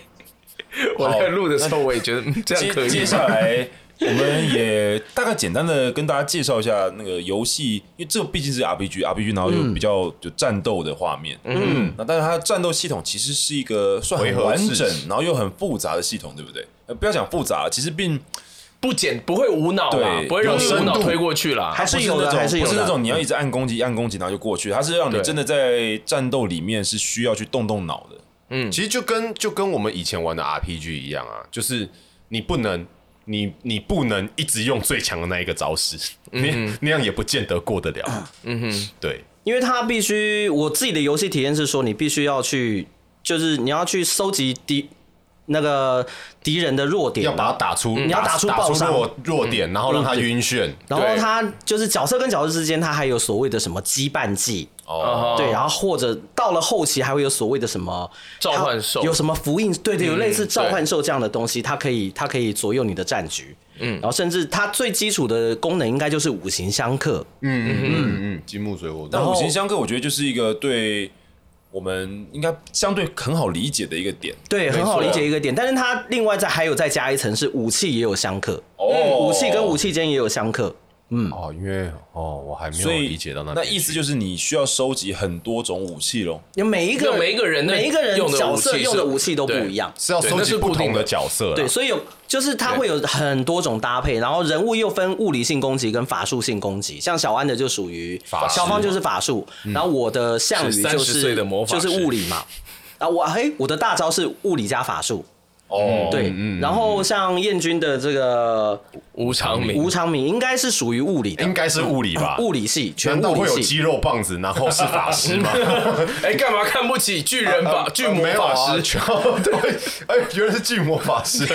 [SPEAKER 1] 我在录的时候我也觉得嗯这样可
[SPEAKER 5] 接
[SPEAKER 1] 以。
[SPEAKER 5] 接下来，我们也大概简单的跟大家介绍一下那个游戏，因为这毕竟是 RPG，RPG 然后有比较就战斗的画面，嗯，那但是它的战斗系统其实是一个算
[SPEAKER 6] 回
[SPEAKER 5] 很
[SPEAKER 6] 合
[SPEAKER 5] 完
[SPEAKER 6] 制
[SPEAKER 5] 整，然后又很复杂的系统，对不对？呃，不要讲复杂，其实并
[SPEAKER 1] 不简不会无脑啦
[SPEAKER 5] 对，
[SPEAKER 1] 不会让你
[SPEAKER 5] 有
[SPEAKER 1] 无
[SPEAKER 5] 深
[SPEAKER 1] 脑
[SPEAKER 5] 度
[SPEAKER 1] 推过去啦。
[SPEAKER 3] 还
[SPEAKER 5] 不
[SPEAKER 3] 是
[SPEAKER 5] 是
[SPEAKER 3] 有
[SPEAKER 5] 那
[SPEAKER 3] 的，
[SPEAKER 5] 种
[SPEAKER 3] 还是有
[SPEAKER 5] 不
[SPEAKER 3] 的。
[SPEAKER 5] 是那种你要一直按攻击、按攻击，然后就过去，它是让你
[SPEAKER 1] 对
[SPEAKER 5] 真的在战斗里面是需要去动动脑的。
[SPEAKER 6] 其实就跟就跟我们以前玩的 RPG 一样啊，就是你不能，你你不能一直用最强的那一个招式，那那样也不见得过得了。嗯哼，对，
[SPEAKER 3] 因为它必须，我自己的游戏体验是说，你必须要去，就是你要去收集敌那个敌人的弱点
[SPEAKER 6] 要，把它打出，
[SPEAKER 3] 你要打出
[SPEAKER 6] 打
[SPEAKER 3] 爆
[SPEAKER 6] 出
[SPEAKER 3] 伤
[SPEAKER 6] 弱弱点，然后让他晕眩。
[SPEAKER 3] 然后
[SPEAKER 1] 对
[SPEAKER 3] 它就是角色跟角色之间，它还有所谓的什么羁绊技，
[SPEAKER 1] 哦
[SPEAKER 3] 对，然后或者到了后期还会有所谓的什么
[SPEAKER 1] 召唤兽嗯
[SPEAKER 3] 有什么符印，对对，有类似召
[SPEAKER 1] 对
[SPEAKER 3] 唤兽这样的东西，它可以它可以左右你的战局，嗯，然后甚至它最基础的功能应该就是五行相克，
[SPEAKER 6] 嗯嗯嗯嗯，金木水火土
[SPEAKER 5] 但五行相克，我觉得就是一个对我们应该相对很好理解的一个点。
[SPEAKER 3] 对，
[SPEAKER 1] 啊
[SPEAKER 3] 很好理解一个点。但是它另外再还有再加一层是武器也有相克，嗯
[SPEAKER 5] 哦
[SPEAKER 3] 武器跟武器间也有相克，
[SPEAKER 6] 哦，因为哦，我还没有
[SPEAKER 5] 所以
[SPEAKER 6] 理解到那
[SPEAKER 5] 那
[SPEAKER 6] 边
[SPEAKER 5] 意思
[SPEAKER 6] 去
[SPEAKER 5] 就是你需要收集很多种武器咯。
[SPEAKER 3] 因为每一个
[SPEAKER 1] 对每一个人的
[SPEAKER 3] 每一个人
[SPEAKER 1] 用的
[SPEAKER 3] 角
[SPEAKER 1] 武器
[SPEAKER 3] 色
[SPEAKER 1] 是
[SPEAKER 3] 用的武器都不
[SPEAKER 1] 对
[SPEAKER 3] 一样。
[SPEAKER 6] 是要
[SPEAKER 1] 对
[SPEAKER 6] 收
[SPEAKER 1] 那
[SPEAKER 6] 集
[SPEAKER 1] 是啊
[SPEAKER 6] 不
[SPEAKER 1] 固定
[SPEAKER 6] 同的
[SPEAKER 1] 的
[SPEAKER 6] 角色啦，
[SPEAKER 3] 对，所以有就是它会有很多种搭配，然后人物又分物理性攻击跟法术性攻击，像小安的就属于
[SPEAKER 6] 法师
[SPEAKER 3] 小方就是法术，然后我的项羽
[SPEAKER 1] 嗯是
[SPEAKER 3] 就
[SPEAKER 1] 30岁
[SPEAKER 3] 是
[SPEAKER 1] 的魔法
[SPEAKER 3] 就
[SPEAKER 1] 师
[SPEAKER 3] 是物理嘛，啊我嘿我的大招是物理加法术，
[SPEAKER 5] 哦，
[SPEAKER 1] 嗯
[SPEAKER 3] 对，然后像燕军的这个
[SPEAKER 1] 无常明
[SPEAKER 3] 吴，长明应该是属于物理的，
[SPEAKER 6] 应该是物理吧？
[SPEAKER 3] 物理系，全
[SPEAKER 6] 难道
[SPEAKER 3] 物
[SPEAKER 6] 会有
[SPEAKER 3] 理系
[SPEAKER 6] 肌。肉棒子，然后是法师 <laughs> 吗？
[SPEAKER 1] 哎，干嘛看不起巨人法巨魔
[SPEAKER 6] 没有
[SPEAKER 1] 法
[SPEAKER 6] 啊
[SPEAKER 1] 师？
[SPEAKER 6] 全 <laughs> 对，哎，原来是巨魔法 <laughs> 师，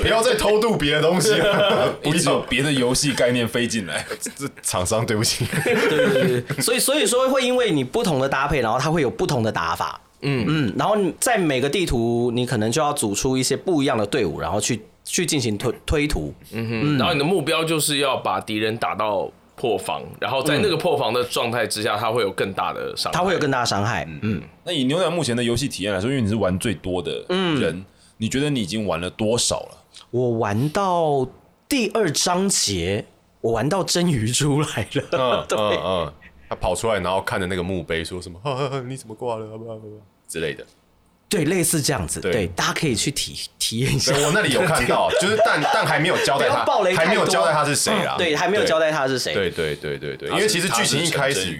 [SPEAKER 6] 不要再偷渡别的东西 <laughs> 了，不
[SPEAKER 5] 一直有
[SPEAKER 6] 要。
[SPEAKER 5] 别的游戏概念飞进来。
[SPEAKER 6] 这厂商，对不起，
[SPEAKER 3] 对对对，所以所以说会因为你不同的搭配，然后它会有不同的打法。嗯嗯，然后你在每个地图，你可能就要组出一些不一样的队伍，然后去去进行推推图。
[SPEAKER 1] 嗯然后你的目标就是要把敌人打到破防，然后在那个破防的状态之下，他会有更大的伤害，
[SPEAKER 3] 它会有更大的伤害。嗯，
[SPEAKER 5] 那以牛奶目前的游戏体验来说，因为你是玩最多的人，
[SPEAKER 1] 嗯
[SPEAKER 5] 你觉得你已经玩了多少了？
[SPEAKER 3] 我玩到第二章节，我玩到真鱼出来了。
[SPEAKER 6] 嗯
[SPEAKER 3] 对，
[SPEAKER 6] 嗯嗯，他跑出来，然后看着那个墓碑，说什么呵呵呵 <laughs> “你怎么挂了”啊不不不之类的。
[SPEAKER 3] 对，类似这样子。
[SPEAKER 6] 对
[SPEAKER 3] 对，大家可以去体体验一下
[SPEAKER 6] 对。我那里有看 <laughs> 到，就是但但还没有交代
[SPEAKER 3] 不
[SPEAKER 6] 他
[SPEAKER 3] 要暴雷，太多嗯
[SPEAKER 6] 还没有交代他是谁啦。
[SPEAKER 3] 对，还没有交代他是谁。
[SPEAKER 6] 对。对对对对对，因为其实剧情一开始，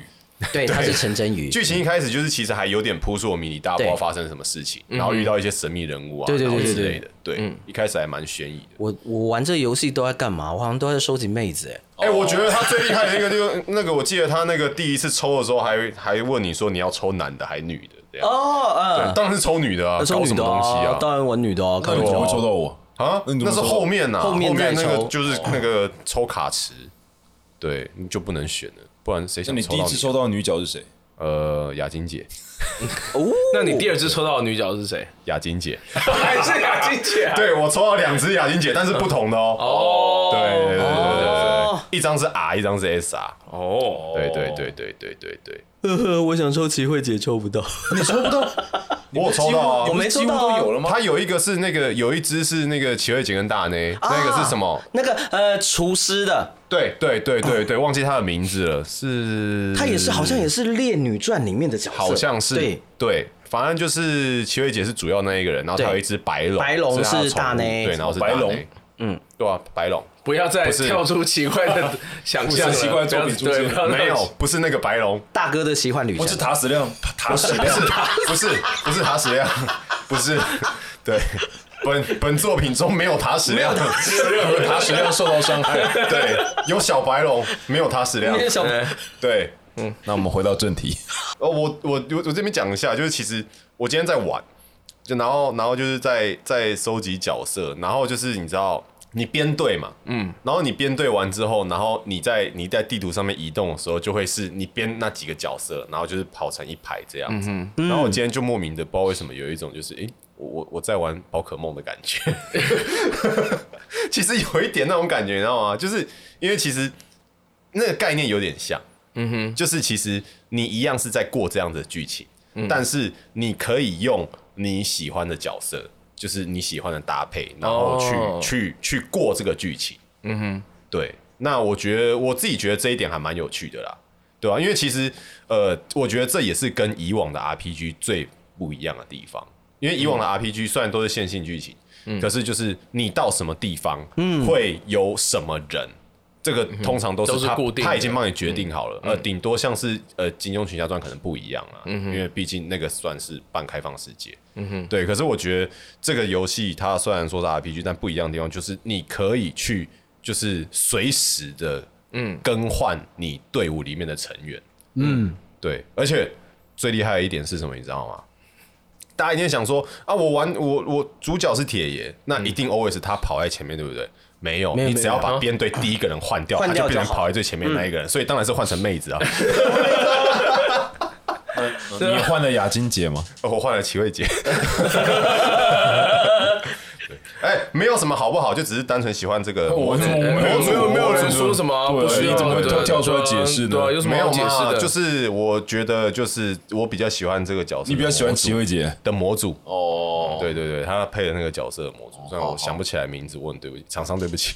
[SPEAKER 3] 对，他是陈真鱼。
[SPEAKER 6] 剧情一开始 <laughs> 就是其实还有点扑朔迷离，大家不知道发生什么事情，然后遇到一些神秘人物啊，
[SPEAKER 3] 嗯对对对
[SPEAKER 6] 然后
[SPEAKER 3] 对
[SPEAKER 6] 之
[SPEAKER 3] 对嗯
[SPEAKER 6] 类的。对，一开始还蛮悬疑的。
[SPEAKER 3] 我我玩这个游戏都在干嘛？我好像都在收集妹子哎。
[SPEAKER 6] 哎、我觉得他最厉害的一个就是 <laughs> 那个，我记得他那个第一次抽的时候还还问你说你要抽男的还女的这样，
[SPEAKER 3] 哦，嗯
[SPEAKER 6] 对，当然是抽女的啊，
[SPEAKER 3] 抽
[SPEAKER 6] 搞
[SPEAKER 3] 女
[SPEAKER 6] 什么
[SPEAKER 3] 的
[SPEAKER 6] 东西
[SPEAKER 3] 哦
[SPEAKER 6] 啊？
[SPEAKER 3] 当然玩女的哦，
[SPEAKER 5] 那
[SPEAKER 3] 看
[SPEAKER 5] 你
[SPEAKER 3] 不
[SPEAKER 5] 怎
[SPEAKER 3] 出
[SPEAKER 5] 么
[SPEAKER 3] 来
[SPEAKER 5] 会抽到我？
[SPEAKER 6] 啊，
[SPEAKER 5] 那你怎么
[SPEAKER 6] 那是
[SPEAKER 5] 抽到
[SPEAKER 6] 后面呐、啊，
[SPEAKER 3] 后面再
[SPEAKER 6] 那个
[SPEAKER 3] 抽哦
[SPEAKER 6] 就是那个抽卡池，对，你就不能选了，不然谁
[SPEAKER 5] 那
[SPEAKER 6] 想
[SPEAKER 5] 你
[SPEAKER 6] 抽
[SPEAKER 5] 第
[SPEAKER 6] 到
[SPEAKER 5] 一次抽到的女角是谁？
[SPEAKER 6] 呃，雅晶姐，
[SPEAKER 1] 那你第二只抽到的女角是谁？
[SPEAKER 6] 雅晶 <laughs> 姐，
[SPEAKER 1] 还是雅静姐啊？
[SPEAKER 6] 对我抽到两只雅晶姐，但是不同的哦。
[SPEAKER 1] <laughs> 哦，
[SPEAKER 6] 对对对对对对
[SPEAKER 3] 哦
[SPEAKER 6] 对，一张是 R，一张是 SR，
[SPEAKER 1] 哦，
[SPEAKER 6] 对对对对对对对，
[SPEAKER 3] 呵呵，哦 <laughs> 我想抽齐慧姐抽不到，
[SPEAKER 6] 我有抽到啊，
[SPEAKER 3] 我没抽到
[SPEAKER 5] 几乎
[SPEAKER 3] 啊
[SPEAKER 5] 都有了吗？
[SPEAKER 6] 它有一个是那个，有一只是那个齐慧姐跟大内，那个是什么？
[SPEAKER 3] 啊那个呃，厨师的，
[SPEAKER 6] 对对对对对，忘记他的名字了，是
[SPEAKER 3] 她也是好像也是《烈女传》里面的角色，
[SPEAKER 6] 嗯好像是
[SPEAKER 3] 对，
[SPEAKER 6] 对，反正就是齐慧姐是主要那一个人，然后
[SPEAKER 3] 对
[SPEAKER 6] 她有一只白龙，
[SPEAKER 3] 白龙
[SPEAKER 6] 她的
[SPEAKER 3] 是大
[SPEAKER 6] 宠物
[SPEAKER 3] 内
[SPEAKER 6] 对，然后是
[SPEAKER 5] 白
[SPEAKER 6] 大
[SPEAKER 5] 龙
[SPEAKER 6] 内，嗯，对啊，白龙，
[SPEAKER 1] 不要再
[SPEAKER 5] 不是
[SPEAKER 1] 跳出奇怪
[SPEAKER 6] <laughs>
[SPEAKER 1] 的想
[SPEAKER 5] 不
[SPEAKER 1] 象了，
[SPEAKER 5] 是奇怪作品
[SPEAKER 1] 不
[SPEAKER 5] 出
[SPEAKER 1] 要
[SPEAKER 5] 现
[SPEAKER 1] 对，不要
[SPEAKER 6] 没有，不是那个白龙，
[SPEAKER 3] 大哥的奇幻旅
[SPEAKER 5] 不是
[SPEAKER 3] 程，
[SPEAKER 5] 塔矢亮，塔矢
[SPEAKER 6] 不
[SPEAKER 5] 亮
[SPEAKER 6] 是，不是，不是塔矢亮，不是，对，本本作品中没有塔矢亮，
[SPEAKER 5] 没有塔矢亮受到伤害。
[SPEAKER 6] 对，有小白龙，没有塔矢亮，
[SPEAKER 3] 小
[SPEAKER 6] 对。
[SPEAKER 5] 那我们回到正
[SPEAKER 6] <laughs>
[SPEAKER 5] 题，
[SPEAKER 6] 呃，嗯我我我我这边讲一下，就是其实我今天在玩，就然后然后就是在在收集角色，然后就是你知道你编队嘛，嗯，然后你编队完之后，然后你在你在地图上面移动的时候，就会是你编那几个角色，然后就是跑成一排这样子。
[SPEAKER 5] 嗯
[SPEAKER 6] 然后我今天就莫名的不知道为什么有一种就是诶。我我我在玩宝可梦的感觉，
[SPEAKER 5] <laughs>
[SPEAKER 6] 其实有一点那种感觉，你知道吗？就是因为其实那个概念有点像，就是其实你一样是在过这样的剧情，但是你可以用你喜欢的角色，就是你喜欢的搭配，然后去、
[SPEAKER 1] 哦
[SPEAKER 6] 去去过这个剧情。嗯哼，对。那我觉得我自己觉得这一点还蛮有趣的啦，对啊，因为其实呃，我觉得这也是跟以往的 RPG 最不一样的地方，因为以
[SPEAKER 1] 嗯
[SPEAKER 6] 往的 RPG 虽然都是线性剧情，可是就是你到什么地方，会有什么人。这个通常都
[SPEAKER 1] 嗯都
[SPEAKER 6] 是
[SPEAKER 1] 是
[SPEAKER 6] 他
[SPEAKER 1] 固定的嗯
[SPEAKER 6] 他已经帮你决定好了，呃，顶多像是呃《金庸群侠传》可能不一样啊，因为毕竟那个算是半开放世界，嗯哼，对。可是我觉得这个游戏它虽然说是 RPG，但不一样的地方就是你可以去就是随时的嗯更换你队伍里面的成员，嗯，对。而且最厉害的一点是什么，你知道吗？大家一定想说啊，我玩我我主角是铁爷，那一定 always 他跑在前面，对不对？没有，你只要把编队第一个人换掉，
[SPEAKER 3] 换
[SPEAKER 6] 他
[SPEAKER 3] 掉
[SPEAKER 6] 就变
[SPEAKER 3] 就
[SPEAKER 6] 成
[SPEAKER 3] 好
[SPEAKER 6] 跑在最前面那一个人，所以当然是换成妹子 <laughs> 啊。
[SPEAKER 1] 啊
[SPEAKER 5] 你换了雅金姐吗？
[SPEAKER 6] 哦我换了齐慧姐。对 <laughs> 哎、没有什么好不好，就只是单纯喜欢这个模组。
[SPEAKER 1] 没有没有人说什么啊不需
[SPEAKER 5] 对，
[SPEAKER 1] 要
[SPEAKER 5] 你怎么会
[SPEAKER 1] 对对
[SPEAKER 5] 跳出来解释呢
[SPEAKER 1] 对啊？有什么
[SPEAKER 6] 没
[SPEAKER 1] 好
[SPEAKER 6] 有
[SPEAKER 1] 解释
[SPEAKER 6] 嘛，
[SPEAKER 1] 的？
[SPEAKER 6] 就是我觉得就是我比较喜欢这个角色的模组，
[SPEAKER 5] 你比较喜欢齐
[SPEAKER 1] <laughs>
[SPEAKER 5] 慧姐
[SPEAKER 6] 的模组
[SPEAKER 5] 哦，
[SPEAKER 6] 对对对，他配的那个角色的模组，虽然我想不起来名字，问对不起，厂商对
[SPEAKER 1] <laughs>
[SPEAKER 6] 不起。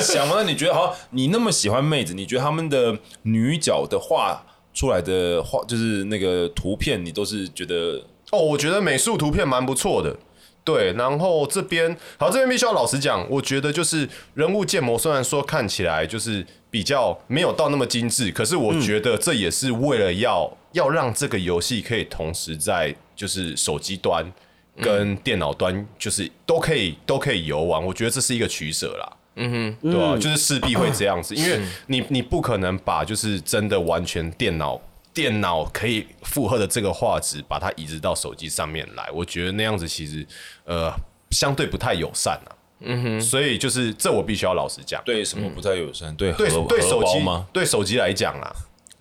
[SPEAKER 5] 想吗？你觉得好？你那么喜欢妹子，你觉得他们的女角的画出来的画，就是那个图片，你都是觉得
[SPEAKER 6] 哦，我觉得美术图片蛮不错的。对，然后这边，好，这边必须要老实讲，我觉得就是人物建模，虽然说看起来就是比较没有到那么精致，可是我觉得这也是为了要、要让这个游戏可以同时在就是手机端跟电脑端，就是都可以都可以游玩，我觉得这是一个取舍啦。对啊，就是势必会这样 <coughs> 子，因为你你不可能把就是真的完全电脑电脑可以负荷的这个画质，把它移植到手机上面来。我觉得那样子其实呃相对不太友善啊。嗯哼，所以就是这我必须要老实讲，
[SPEAKER 5] 对什么
[SPEAKER 1] 嗯
[SPEAKER 5] 不太友善？对
[SPEAKER 6] 对
[SPEAKER 5] 荷
[SPEAKER 6] 对
[SPEAKER 5] 荷
[SPEAKER 6] 手
[SPEAKER 5] 包
[SPEAKER 6] 机
[SPEAKER 5] 吗？
[SPEAKER 6] 对手机来讲啦。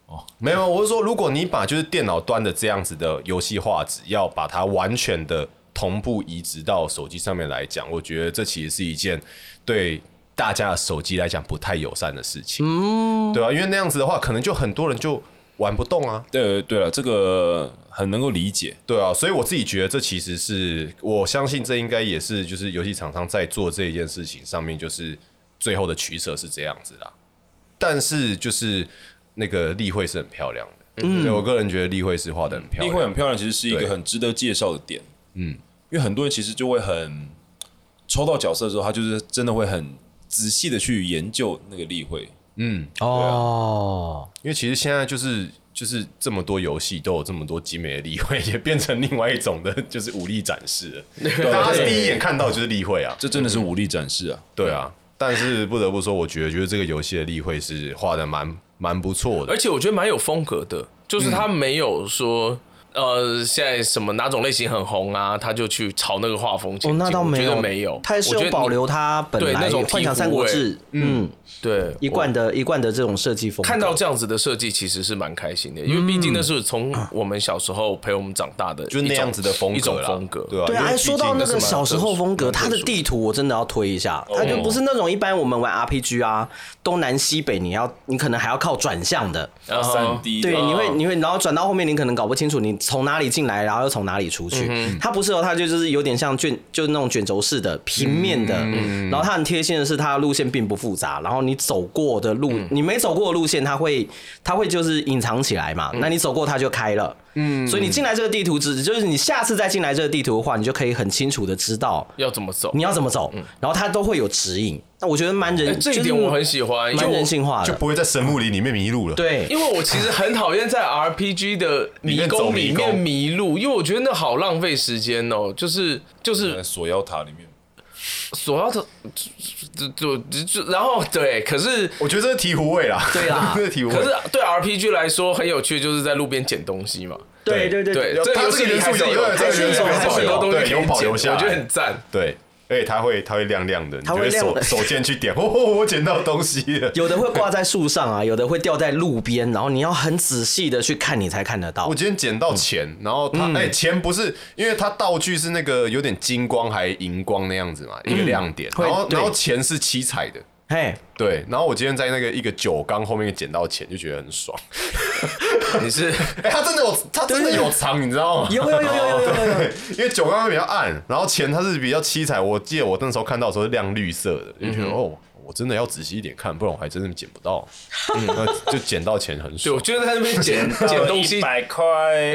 [SPEAKER 6] 哦，没有，我是说，如果你把就是电脑端的这样子的游戏画质，要把它完全的同步移植到手机上面来讲，我觉得这其实是一件对大家的手机来讲不太友善的事情。嗯，对啊，因为那样子的话，可能就很多人就玩不动啊。
[SPEAKER 5] 呃对对了，这个很能够理解。
[SPEAKER 6] 对啊，所以我自己觉得这其实是我相信这应该也是就是游戏厂商在做这一件事情上面，就是最后的取舍是这样子啦。但是就是那个例会是很漂亮的，嗯，我个人觉得例会是画的很漂
[SPEAKER 5] 例
[SPEAKER 6] 亮，
[SPEAKER 5] 会很漂亮，其实是一个
[SPEAKER 6] 对
[SPEAKER 5] 很值得介绍的点。嗯，因为很多人其实就会很抽到角色之后，他就是真的会很仔细的去研究那个例会。
[SPEAKER 3] 哦，
[SPEAKER 6] 嗯因为其实现在就是就是这么多游戏都有这么多精美的例会，也变成另外一种的就是武力展示
[SPEAKER 5] <laughs>
[SPEAKER 6] 了。啊大家第一眼看到就是例会啊，
[SPEAKER 5] 这真的是武力展示啊！
[SPEAKER 6] 对啊。但是不得不说，我觉得觉得这个游戏的例会是画的蛮蛮不错的
[SPEAKER 1] 而。且我觉得蛮有风格的，就是他没有说、呃，现在什么哪种类型很红啊，他就去朝那个画风前进。
[SPEAKER 3] 哦，那倒没
[SPEAKER 1] 我觉
[SPEAKER 3] 有，
[SPEAKER 1] 得没有，
[SPEAKER 3] 他还是
[SPEAKER 1] 我
[SPEAKER 3] 有
[SPEAKER 1] 觉得
[SPEAKER 3] 保
[SPEAKER 1] 你
[SPEAKER 3] 留他本
[SPEAKER 1] 对
[SPEAKER 3] 来
[SPEAKER 1] 那种
[SPEAKER 3] 《幻想三国志》嗯
[SPEAKER 1] 对
[SPEAKER 3] 一贯的一贯的这种设计风格。
[SPEAKER 1] 看到这样子的设计，其实是蛮开心的，因为毕
[SPEAKER 3] 嗯
[SPEAKER 1] 竟那是从我们小时候陪我们长大的一种，
[SPEAKER 6] 就是那样子的风格啦
[SPEAKER 1] 一种风格。
[SPEAKER 6] 对啊，
[SPEAKER 3] 对
[SPEAKER 6] 因
[SPEAKER 3] 啊，
[SPEAKER 6] 为
[SPEAKER 3] 哎
[SPEAKER 6] 毕
[SPEAKER 3] 说到
[SPEAKER 6] 竟
[SPEAKER 3] 那
[SPEAKER 1] 是
[SPEAKER 3] 个
[SPEAKER 1] 蛮
[SPEAKER 3] 小时候
[SPEAKER 1] 特殊
[SPEAKER 3] 风格，
[SPEAKER 1] 蛮特
[SPEAKER 3] 它的
[SPEAKER 1] 殊
[SPEAKER 3] 地图我真的要推一下，它就
[SPEAKER 6] 哦
[SPEAKER 3] 不是那种一般我们玩 RPG 啊，东南西北你要你可能还要靠转向的，
[SPEAKER 1] 然后
[SPEAKER 6] 哦
[SPEAKER 5] 三 D
[SPEAKER 3] 对，你会
[SPEAKER 1] 哦
[SPEAKER 3] 你会，然后转到后面你可能搞不清楚你从哪里进来，然后又从哪里出去。
[SPEAKER 1] 嗯
[SPEAKER 3] 它不是哦，它就是有点像卷，就是那种卷轴式的平面的。
[SPEAKER 1] 嗯
[SPEAKER 3] 然后它很贴心的是，它的路线并不复杂，然后你走过
[SPEAKER 1] 嗯嗯
[SPEAKER 3] 的路，你没走过的路线，它会它会就是隐藏起来嘛。那你走过它就开了。嗯，所以你进来这个地图只就是你下次再进来这个地图的话，你就可以很清楚的知道
[SPEAKER 1] 要怎么走
[SPEAKER 3] 你？要怎么走，然后它都会有指引。那我觉得蛮人，
[SPEAKER 1] 嗯哎这一
[SPEAKER 3] 就是
[SPEAKER 1] 点我很喜欢，因为
[SPEAKER 3] 蛮人
[SPEAKER 1] 我
[SPEAKER 3] 性化
[SPEAKER 6] 就
[SPEAKER 3] 的，
[SPEAKER 6] 不会在神木林里面迷路了。，
[SPEAKER 3] 对，
[SPEAKER 1] 因为我其实很讨厌在 RPG 的迷宫里面
[SPEAKER 6] 里面走迷宫
[SPEAKER 1] 迷路，因为我觉得那好浪费时间哦。就是就是
[SPEAKER 5] 锁妖塔里面，
[SPEAKER 1] 索要的，就就就就然后对，可是
[SPEAKER 6] 我觉得这是醍醐味啦。
[SPEAKER 3] 对啊啦
[SPEAKER 6] <laughs> 这是醍醐味。
[SPEAKER 1] 可是对 RPG 来说很有趣，就是在路边捡东西嘛。
[SPEAKER 3] 对对对
[SPEAKER 1] 对，这
[SPEAKER 6] 它
[SPEAKER 1] 个游
[SPEAKER 6] 这
[SPEAKER 1] 戏
[SPEAKER 6] 个
[SPEAKER 1] 里
[SPEAKER 6] 元素
[SPEAKER 1] 还是
[SPEAKER 6] 有
[SPEAKER 1] 有，
[SPEAKER 6] 对
[SPEAKER 1] 还是
[SPEAKER 6] 这个元素
[SPEAKER 1] 有
[SPEAKER 6] 有
[SPEAKER 1] 很多东西
[SPEAKER 6] 对
[SPEAKER 1] 可以
[SPEAKER 6] 有保
[SPEAKER 1] 捡，
[SPEAKER 6] 留
[SPEAKER 1] 我
[SPEAKER 6] 下来
[SPEAKER 1] 觉得很
[SPEAKER 6] <laughs>
[SPEAKER 1] 赞。
[SPEAKER 6] 对，而且它会它会亮亮的，你
[SPEAKER 3] 它
[SPEAKER 6] 就
[SPEAKER 3] 会
[SPEAKER 6] 会
[SPEAKER 3] 亮
[SPEAKER 6] 手
[SPEAKER 3] 的
[SPEAKER 6] 手贱去点，哦， <laughs> 我捡到东西了。
[SPEAKER 3] 有的会挂在树上啊，有的会掉在路边，然后你要很仔细的去看，你才看得到
[SPEAKER 6] 我。今天捡到钱，然后
[SPEAKER 3] 嗯
[SPEAKER 6] 它哎钱不是，因为它道具是那个有点金光还荧光那样子嘛，一个亮点，
[SPEAKER 3] 嗯会
[SPEAKER 6] 然后
[SPEAKER 3] 对
[SPEAKER 6] 然后钱是七彩的。
[SPEAKER 3] 嘿，
[SPEAKER 6] 对，然后我今天在那个一个酒缸后面捡到钱，就觉得很
[SPEAKER 3] <laughs>
[SPEAKER 6] 爽。
[SPEAKER 1] 你是
[SPEAKER 6] <laughs> 哎、它真的有，它真的有藏，你知道吗？
[SPEAKER 3] 有有有有有有有，
[SPEAKER 6] 对， <laughs> 因为酒缸会比较暗，然后钱它是比较七彩。我记得我那时候看到的时候是亮绿色的，就觉得、哦，我真的要仔细一点看，不然我还真的捡不到。嗯，那就捡到钱很
[SPEAKER 1] 对，
[SPEAKER 6] 爽
[SPEAKER 1] 我。觉得在那边捡捡东西，
[SPEAKER 5] 百块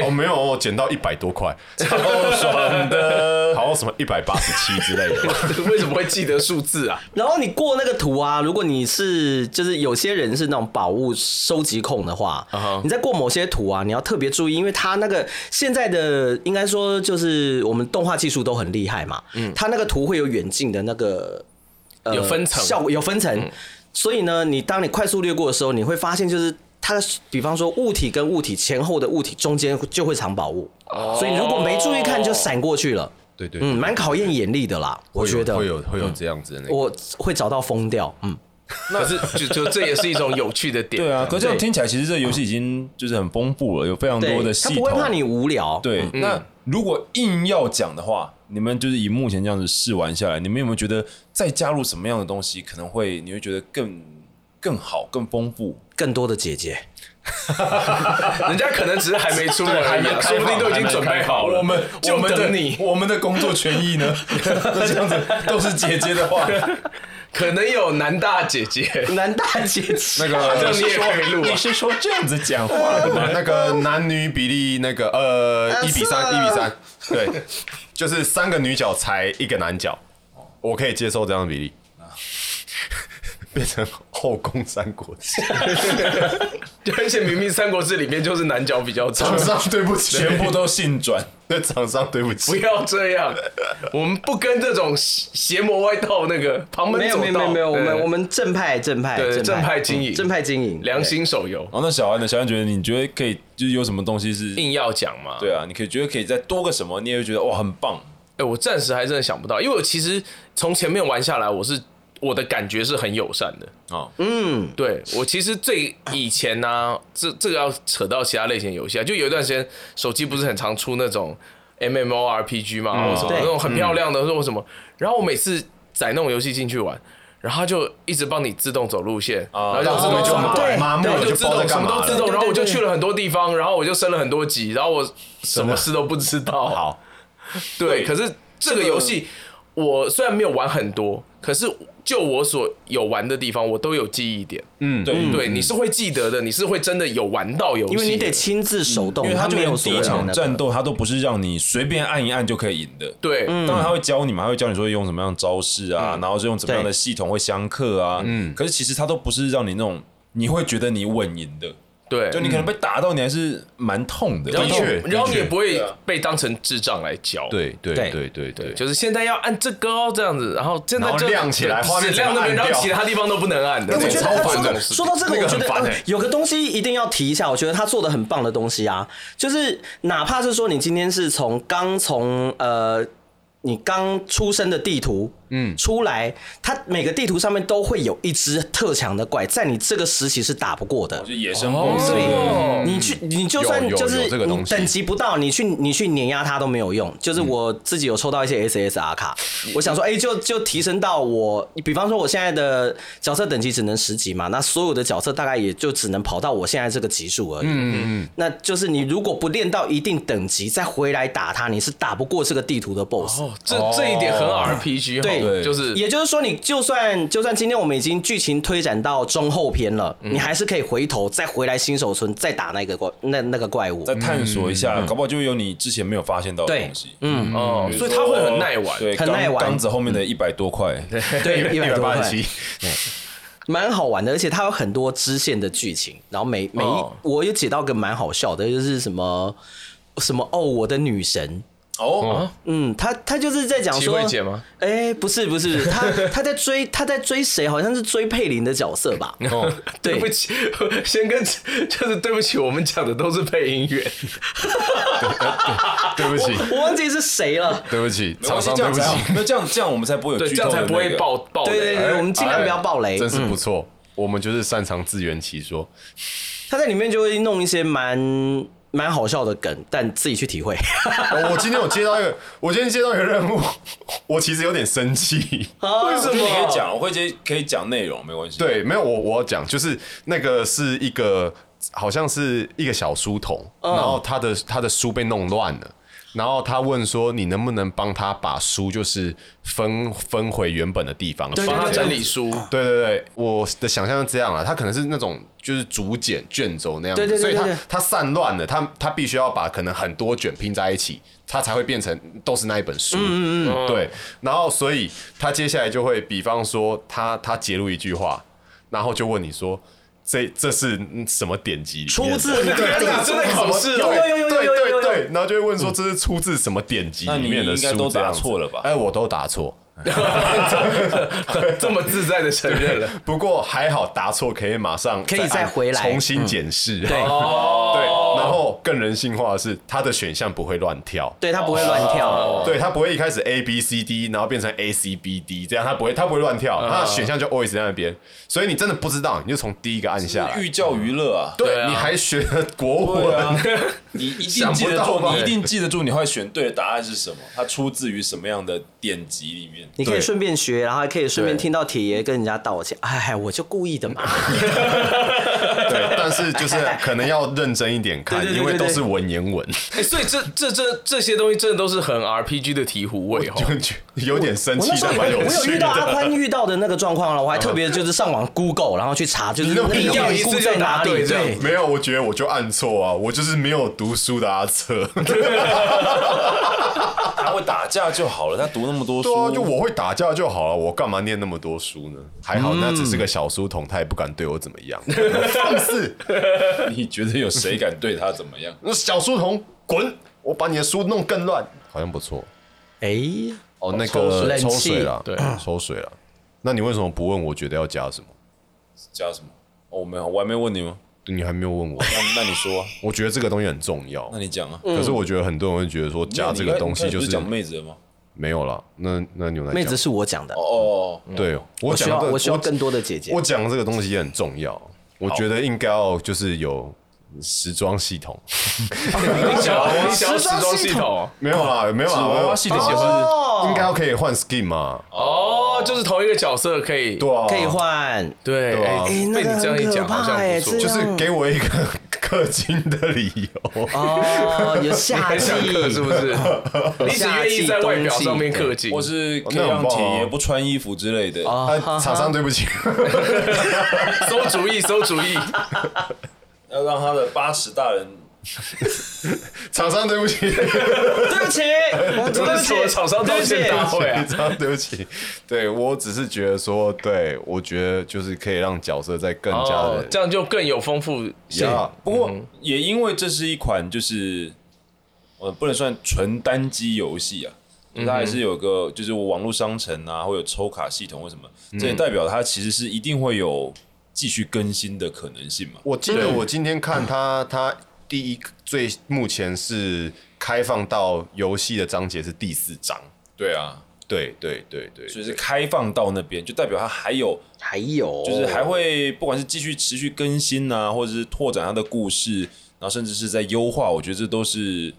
[SPEAKER 6] 哦，没有，我捡到一百多块，超爽的，好像什么一百八十七
[SPEAKER 1] <laughs>
[SPEAKER 6] 之类的吧。
[SPEAKER 1] 为什么会记得数字啊？
[SPEAKER 3] 然后你过那个图啊，如果你是就是有些人是那种宝物收集控的话你在过某些图啊，你要特别注意，因为它那个现在的应该说就是我们动画技术都很厉害嘛，嗯，它那个图会有远近的那个呃
[SPEAKER 1] 有分层
[SPEAKER 3] 效果有分层，所以呢，你当你快速掠过的时候，你会发现就是。它的比方说物体跟物体前后的物体中间就会藏宝物，所以如果没注意看就闪过去了，
[SPEAKER 6] 对对
[SPEAKER 3] 嗯，蛮考验眼力的啦，我
[SPEAKER 6] 会有
[SPEAKER 3] 觉得
[SPEAKER 6] 会有会有这样子的那个。
[SPEAKER 3] 我会找到疯掉，嗯。
[SPEAKER 1] 可是就就这也是一种有趣的点。
[SPEAKER 5] 对啊，可是这样
[SPEAKER 3] 对
[SPEAKER 5] 听起来，其实这个游戏已经就是很丰富了，有非常
[SPEAKER 3] 对，
[SPEAKER 5] 多的
[SPEAKER 3] 他
[SPEAKER 5] 系
[SPEAKER 3] 不
[SPEAKER 5] 统。
[SPEAKER 3] 会怕你无聊。，
[SPEAKER 5] 对，那如果硬要讲的话，你们就是以目前这样子试玩下来，你们有没有觉得再加入什么样的东西，可能会你会觉得更更好、更丰富？
[SPEAKER 3] 更多的姐 <laughs> 姐，
[SPEAKER 1] 人家可能只是还没出门而已啊，说不定都已经准备好了。
[SPEAKER 5] 我们
[SPEAKER 1] 就
[SPEAKER 5] 我们的
[SPEAKER 1] 等你，
[SPEAKER 5] 我们的工作权益呢？那这样子都是姐姐的话，
[SPEAKER 1] 可能有南大姐姐， <laughs>
[SPEAKER 3] 南大姐 <laughs> 姐，
[SPEAKER 5] 那
[SPEAKER 1] 这
[SPEAKER 5] 个
[SPEAKER 1] 样你也可以录啊
[SPEAKER 5] 你是说这样子讲话的吗？
[SPEAKER 6] <laughs> 那个男女比例那个呃一比三
[SPEAKER 3] 啊
[SPEAKER 6] 一比三，对，就是三个女角才一个男角，我可以接受这样的比例。 <laughs> 变成后宫三国志，
[SPEAKER 1] 而且明明《三国志》里面就是男角比较长
[SPEAKER 6] 厂。商对不起，
[SPEAKER 5] 全部都性转，
[SPEAKER 6] <laughs> 对厂商对不
[SPEAKER 1] 不
[SPEAKER 6] 起。
[SPEAKER 1] 要这
[SPEAKER 3] <laughs>
[SPEAKER 1] 样，我们不跟这种邪魔歪道那个旁门
[SPEAKER 3] 没有
[SPEAKER 1] 左道。
[SPEAKER 3] 没有没有没有，我
[SPEAKER 1] 对
[SPEAKER 3] 们我们正派正派
[SPEAKER 1] 对正派
[SPEAKER 3] 派
[SPEAKER 1] 经营
[SPEAKER 3] 嗯正派经营
[SPEAKER 1] 良。心手游
[SPEAKER 5] 然后那小安呢？小安觉得你觉得可以，就是有什么东西是
[SPEAKER 1] 硬要讲嘛？
[SPEAKER 5] 对啊，你可以觉得可以再多个什么，你也会觉得哇很棒。
[SPEAKER 1] 哎、我暂时还真的想不到，因为我其实从前面玩下来，我是我的感觉是很友善的。
[SPEAKER 5] 哦，
[SPEAKER 3] 嗯
[SPEAKER 1] 对我其实最以前呢、这这个要扯到其他类型游戏啊，就有一段时间手机不是很常出那种 MMORPG 嘛，
[SPEAKER 6] 嗯
[SPEAKER 1] 或者什么
[SPEAKER 3] 对
[SPEAKER 1] 那种很漂亮的或者什么，然后我每次载那种游戏进去玩。然后它就一直帮你自动走路线，然后就自
[SPEAKER 6] 后
[SPEAKER 1] 动
[SPEAKER 6] 面就
[SPEAKER 1] 转
[SPEAKER 3] 哦
[SPEAKER 6] 麻
[SPEAKER 3] 对
[SPEAKER 6] 麻木
[SPEAKER 1] 然后
[SPEAKER 6] 了，
[SPEAKER 1] 就
[SPEAKER 6] 哦就
[SPEAKER 1] 自
[SPEAKER 6] 包在
[SPEAKER 1] 动什
[SPEAKER 6] 干
[SPEAKER 1] 么
[SPEAKER 6] 嘛
[SPEAKER 1] 都自
[SPEAKER 6] 了？
[SPEAKER 1] 动，
[SPEAKER 3] 对
[SPEAKER 1] 然后我就
[SPEAKER 3] 对对
[SPEAKER 1] 去了很多地方，然后我就升了很多级，然后我什么事都不知
[SPEAKER 6] <laughs>
[SPEAKER 1] 道。好，对，可是这个游戏我虽然没有玩很多，可是就我所有玩的地方，我都有记忆点。
[SPEAKER 6] 嗯，
[SPEAKER 5] 对
[SPEAKER 1] 对，你是会记得的，你是会真的有玩到游戏
[SPEAKER 3] 因
[SPEAKER 1] 的，
[SPEAKER 3] 为你得亲自手动，
[SPEAKER 5] 嗯因为
[SPEAKER 3] 他
[SPEAKER 5] 它就
[SPEAKER 3] 没有
[SPEAKER 5] 连第
[SPEAKER 3] 所谓
[SPEAKER 5] 一
[SPEAKER 3] 的
[SPEAKER 5] 场
[SPEAKER 3] 那
[SPEAKER 5] 战
[SPEAKER 3] 个。
[SPEAKER 5] 斗，它都不是让你随便按一按就可以赢的。
[SPEAKER 1] 对，
[SPEAKER 5] 当然他会教你嘛，他会教你说用什么样的招式啊，
[SPEAKER 1] 嗯
[SPEAKER 5] 然后是用怎么样的系统会相克啊。嗯，可是其实他都不是让你那种你会觉得你稳赢的，
[SPEAKER 1] 对，
[SPEAKER 5] 就你可能被打到你还是蛮痛的。
[SPEAKER 1] 然后
[SPEAKER 6] 的确
[SPEAKER 1] 然后你也
[SPEAKER 6] 的确
[SPEAKER 1] 不会被当成智障来教。。
[SPEAKER 6] 对啊对
[SPEAKER 3] 对
[SPEAKER 6] 对对对，
[SPEAKER 1] 就是现在要按这个哦，这样子，然后现在
[SPEAKER 6] 然后
[SPEAKER 1] 就
[SPEAKER 6] 亮起来
[SPEAKER 1] 对
[SPEAKER 6] 画面
[SPEAKER 1] 只亮那边，
[SPEAKER 6] 整
[SPEAKER 1] 然
[SPEAKER 6] 个暗
[SPEAKER 1] 后
[SPEAKER 6] 掉
[SPEAKER 1] 其他地方都不能按的。
[SPEAKER 3] 哎我
[SPEAKER 1] 对
[SPEAKER 3] 觉得
[SPEAKER 6] 超
[SPEAKER 3] 他
[SPEAKER 6] 烦
[SPEAKER 3] 说
[SPEAKER 6] 的
[SPEAKER 3] 到说到这个，
[SPEAKER 6] 那个
[SPEAKER 3] 我觉
[SPEAKER 6] 很
[SPEAKER 3] 得
[SPEAKER 6] 烦
[SPEAKER 3] 呃
[SPEAKER 6] 欸
[SPEAKER 3] 有个东西一定要提一下，我觉得他做的很棒的东西啊，就是哪怕是说你今天是从刚从呃你刚出生的地图，嗯，出来，它每个地图上面都会有一只特强的怪，在你这个时期是打不过的
[SPEAKER 5] 就。野生公司，
[SPEAKER 1] 哦
[SPEAKER 3] 你去，你就算
[SPEAKER 6] 嗯有有
[SPEAKER 3] 就
[SPEAKER 6] 有
[SPEAKER 3] 是
[SPEAKER 6] 这个东
[SPEAKER 3] 你
[SPEAKER 6] 西
[SPEAKER 3] 等级不到，你去你去碾压它都没有用。就是我自己有抽到一些 SSR 卡，我想说，哎，就就提升到我，比方说我现在的角色等级只能十级嘛，那所有的角色大概也就只能跑到我现在这个级数而已。嗯嗯。那就是你如果不练到一定等级再回来打它，你是打不过这个地图的 BOSS。
[SPEAKER 1] 哦，这这一点很 RPG 哈。
[SPEAKER 3] 对，对
[SPEAKER 5] 对
[SPEAKER 1] 就是
[SPEAKER 3] 也就是说，你就算就算今天我们已经剧情推展到中后篇了，
[SPEAKER 6] 嗯
[SPEAKER 3] 你还是可以回头再回来新手村再打那个怪那那个怪物。
[SPEAKER 5] 再探索一下，搞不好就有你之前没有发现到的东西。
[SPEAKER 3] 嗯，
[SPEAKER 1] 哦，所以他会很耐玩。
[SPEAKER 5] 对，
[SPEAKER 3] 很耐
[SPEAKER 5] 缸
[SPEAKER 3] 玩
[SPEAKER 5] 缸子后面的一百多块，
[SPEAKER 3] <laughs> 对，一百多块，
[SPEAKER 2] 187
[SPEAKER 3] 蛮好玩的，而且它有很多支线的剧情，然后每每一、
[SPEAKER 1] 哦
[SPEAKER 3] 我有解到个蛮好笑的，就是什么什么哦，我的女神。
[SPEAKER 1] 哦，
[SPEAKER 3] 嗯，他他就是在讲
[SPEAKER 1] 齐
[SPEAKER 3] 说
[SPEAKER 1] 慧，姐吗？
[SPEAKER 3] 哎、不是不是，他他在追他在追谁？好像是追佩林的角色吧？
[SPEAKER 5] 哦，
[SPEAKER 1] 对
[SPEAKER 3] 对
[SPEAKER 1] 不起， <laughs> 先跟就是对不起，我们讲的都是配音员。
[SPEAKER 2] 对不起，
[SPEAKER 3] 我忘记是谁了。
[SPEAKER 2] 对不起，
[SPEAKER 5] 没关
[SPEAKER 2] 厂
[SPEAKER 5] 系
[SPEAKER 2] 商
[SPEAKER 5] 这
[SPEAKER 2] 对
[SPEAKER 5] 样
[SPEAKER 2] 不
[SPEAKER 5] 才
[SPEAKER 1] 啊
[SPEAKER 5] 好
[SPEAKER 2] 起，，
[SPEAKER 5] 那这样这样我们才不会有
[SPEAKER 1] 对，
[SPEAKER 5] 剧
[SPEAKER 1] 这
[SPEAKER 5] 透
[SPEAKER 1] 样
[SPEAKER 5] 的
[SPEAKER 1] 才不会
[SPEAKER 5] 那个
[SPEAKER 1] 爆爆雷
[SPEAKER 3] 对对
[SPEAKER 6] 哎
[SPEAKER 3] 对，我们尽量不要爆雷。
[SPEAKER 2] 真是
[SPEAKER 3] 嗯
[SPEAKER 2] 不错。我们就是擅长自圆其说，
[SPEAKER 3] 他在里面就会弄一些蛮蛮好笑的梗，但自己去体会。
[SPEAKER 6] 哦我今天有接到一个，我今天接到一个任务，我其实有点生气。
[SPEAKER 5] 为什么？你可以讲，我会接可以讲内容，没关系。，
[SPEAKER 6] 对，没有我我要讲，就是那个是一个好像是一个小书童，
[SPEAKER 3] 嗯
[SPEAKER 6] 然后他的他的书被弄乱了。然后他问说：“你能不能帮他把书就是分分回原本的地方去？”
[SPEAKER 1] 帮他整理书，
[SPEAKER 6] 对对对，我的想象是这样了，他可能是那种就是竹简卷轴那样子，
[SPEAKER 3] 对对对对
[SPEAKER 6] 所以
[SPEAKER 3] 对
[SPEAKER 6] 他他散乱了，他他必须要把可能很多卷拼在一起，他才会变成都是那一本书。嗯嗯嗯，对。然后所以他接下来就会，比方说他他截录一句话，然后就问你说。这这是什么典籍里面？
[SPEAKER 3] 出自哪
[SPEAKER 6] 对
[SPEAKER 3] 里
[SPEAKER 6] 对
[SPEAKER 1] 真的考试
[SPEAKER 6] 对
[SPEAKER 1] 哦
[SPEAKER 3] 有有有有有
[SPEAKER 6] 对
[SPEAKER 3] 有有
[SPEAKER 6] 对对，然后就会问说这是出自什么典籍里面
[SPEAKER 5] 那
[SPEAKER 6] 的
[SPEAKER 5] 你
[SPEAKER 6] 书？
[SPEAKER 5] 应该都
[SPEAKER 6] 这样子
[SPEAKER 5] 答错了吧
[SPEAKER 6] 哎，我都
[SPEAKER 3] <laughs>
[SPEAKER 6] 答错。
[SPEAKER 1] 这么自在的承认了。
[SPEAKER 6] <laughs> 不过还好答错，可以马上
[SPEAKER 3] 可以再
[SPEAKER 6] 按
[SPEAKER 3] 回来
[SPEAKER 6] 重新检视。 <laughs> 对
[SPEAKER 1] 哦，
[SPEAKER 6] 然后更人性化的是，它的选项不会乱跳。
[SPEAKER 3] 对他不会乱跳，
[SPEAKER 6] 对，它不会一开始 A B C D，然后变成 A C B D，这样它不会，它不会乱跳，它的选项就 always 在那边，所以你真的不知道，你就从第一个按下来。
[SPEAKER 5] 寓教于乐啊。
[SPEAKER 6] 对，你还学了国
[SPEAKER 5] 对啊
[SPEAKER 6] 文，，
[SPEAKER 5] 你一定
[SPEAKER 6] 想
[SPEAKER 5] 记
[SPEAKER 6] 不
[SPEAKER 5] 得
[SPEAKER 6] 到
[SPEAKER 5] 住，
[SPEAKER 6] 吧
[SPEAKER 5] 你一定记得住，你会选对的答案是什么？它出自于什么样的典籍里面？
[SPEAKER 3] 你可以
[SPEAKER 6] 对
[SPEAKER 3] 顺便学，然后还可以顺便听到铁爷跟人家道歉。哎，我就故意的嘛。
[SPEAKER 6] <laughs> 对，但是就是可能要认真一点看
[SPEAKER 3] 对，对对
[SPEAKER 6] 因为
[SPEAKER 3] 对
[SPEAKER 6] 都
[SPEAKER 3] 对
[SPEAKER 6] 是文言文，
[SPEAKER 1] 哎，所以这这这这些东西真的都是很 RPG 的醍醐味哦。
[SPEAKER 6] 就有点生
[SPEAKER 3] 我那
[SPEAKER 6] 气，
[SPEAKER 3] 时候
[SPEAKER 6] 但蛮
[SPEAKER 3] 有我
[SPEAKER 6] 有
[SPEAKER 3] 有
[SPEAKER 6] 趣
[SPEAKER 3] 遇到啊
[SPEAKER 6] 的。
[SPEAKER 3] 阿宽遇到的那个状况了，我还特别就是上网 Google，然后去查，就是那个
[SPEAKER 6] 你那
[SPEAKER 3] 典
[SPEAKER 1] 么一
[SPEAKER 3] 故
[SPEAKER 1] 次
[SPEAKER 3] 在
[SPEAKER 1] 就答
[SPEAKER 3] 哪
[SPEAKER 1] 对
[SPEAKER 3] 里？
[SPEAKER 1] 这样
[SPEAKER 3] 对，
[SPEAKER 6] 没有，我觉得我就按错啊，我就是没有读书的
[SPEAKER 3] <laughs>
[SPEAKER 6] 阿策。
[SPEAKER 5] 他会打架就好了，他读那么多书，
[SPEAKER 6] 对啊，就我会打架就好了，我干嘛念那么多书呢？还好那只是个小书童，他也不敢对我怎么样。放肆！
[SPEAKER 5] 你觉得有谁敢对他怎么样？
[SPEAKER 6] 那小书童滚！我把你的书弄更乱，好像不错。
[SPEAKER 3] 哎，
[SPEAKER 6] 哦，那
[SPEAKER 3] 水嗯
[SPEAKER 6] 个
[SPEAKER 3] 冷
[SPEAKER 6] 抽
[SPEAKER 3] 气
[SPEAKER 6] 水了，
[SPEAKER 1] 对，
[SPEAKER 6] 抽水了。那你为什么不问我觉得要加什么？
[SPEAKER 5] 加什么？哦，我没有，我还没问你吗？
[SPEAKER 6] 你还没有问我。
[SPEAKER 5] 那那你说、啊，
[SPEAKER 6] 我觉得这个东西很重要
[SPEAKER 5] 那，你讲啊。
[SPEAKER 6] 可是我觉得很多人会觉得说加啊这个东西就
[SPEAKER 5] 你
[SPEAKER 6] 是
[SPEAKER 5] 刚才不讲妹子了吗？
[SPEAKER 6] 没有了。那那牛奶
[SPEAKER 3] 哎妹
[SPEAKER 6] 讲
[SPEAKER 3] 子是我讲的，
[SPEAKER 5] 哦，
[SPEAKER 6] 对我
[SPEAKER 3] 我需要
[SPEAKER 6] 讲的
[SPEAKER 3] 我需要更多的姐姐
[SPEAKER 6] 我。讲的这个东西也很重要，我觉得应该要就是有时装系统。
[SPEAKER 1] 你想要你想要时装系统
[SPEAKER 6] 没有啦，没有啦，
[SPEAKER 5] 娃
[SPEAKER 6] 我
[SPEAKER 5] 娃
[SPEAKER 6] 有
[SPEAKER 5] 系统
[SPEAKER 6] 应该要可以换 skin 嘛？
[SPEAKER 1] 哦，就是同一个角色可以
[SPEAKER 6] 对啊，
[SPEAKER 3] 可以换，
[SPEAKER 1] 对，
[SPEAKER 6] 对啊
[SPEAKER 1] 哎
[SPEAKER 3] 哎那
[SPEAKER 1] 被
[SPEAKER 3] 个
[SPEAKER 1] 你这样一讲
[SPEAKER 3] 很可怕
[SPEAKER 1] 好像不
[SPEAKER 3] 哎
[SPEAKER 1] 错
[SPEAKER 3] 这
[SPEAKER 6] 就
[SPEAKER 3] 样。
[SPEAKER 6] 是给我一个 <laughs> 氪金的理由。
[SPEAKER 3] 哦，有夏
[SPEAKER 1] <laughs> 很
[SPEAKER 3] 季
[SPEAKER 1] 想氪是不
[SPEAKER 3] <laughs>
[SPEAKER 1] 是？你只愿意在外表上面氪金，
[SPEAKER 5] 或是
[SPEAKER 6] 哦
[SPEAKER 5] 可以让铁爷不穿衣服之类的。
[SPEAKER 6] 啊，厂商对不起，
[SPEAKER 1] <laughs> 馊主意，馊
[SPEAKER 6] <laughs>
[SPEAKER 1] 主意。
[SPEAKER 5] 要让他的八十大人，
[SPEAKER 6] 厂商对不起，
[SPEAKER 3] 对不起，我
[SPEAKER 1] 这是什么厂商道歉大会啊？
[SPEAKER 6] 厂商对不起。对我只是觉得说，对我觉得就是可以让角色再更加
[SPEAKER 1] 哦，
[SPEAKER 6] 的
[SPEAKER 1] 这样就更有丰富性。
[SPEAKER 6] 呀
[SPEAKER 5] 不过也因为这是一款就是，呃，不能算纯单机游戏啊，它还
[SPEAKER 6] 嗯
[SPEAKER 5] 是有个就是网络商城啊，会有抽卡系统或什么，这
[SPEAKER 6] 嗯
[SPEAKER 5] 也代表它其实是一定会有继续更新的可能性嘛。
[SPEAKER 6] 我记得我今天看他，他第一最目前是开放到游戏的章节是第四章。
[SPEAKER 5] 对啊，
[SPEAKER 6] 对对对对，
[SPEAKER 5] 所以是开放到那边，就代表它还有
[SPEAKER 3] 还有
[SPEAKER 5] 就是还会不管是继续持续更新啊，或者是拓展它的故事，然后甚至是在优化，我觉得这都是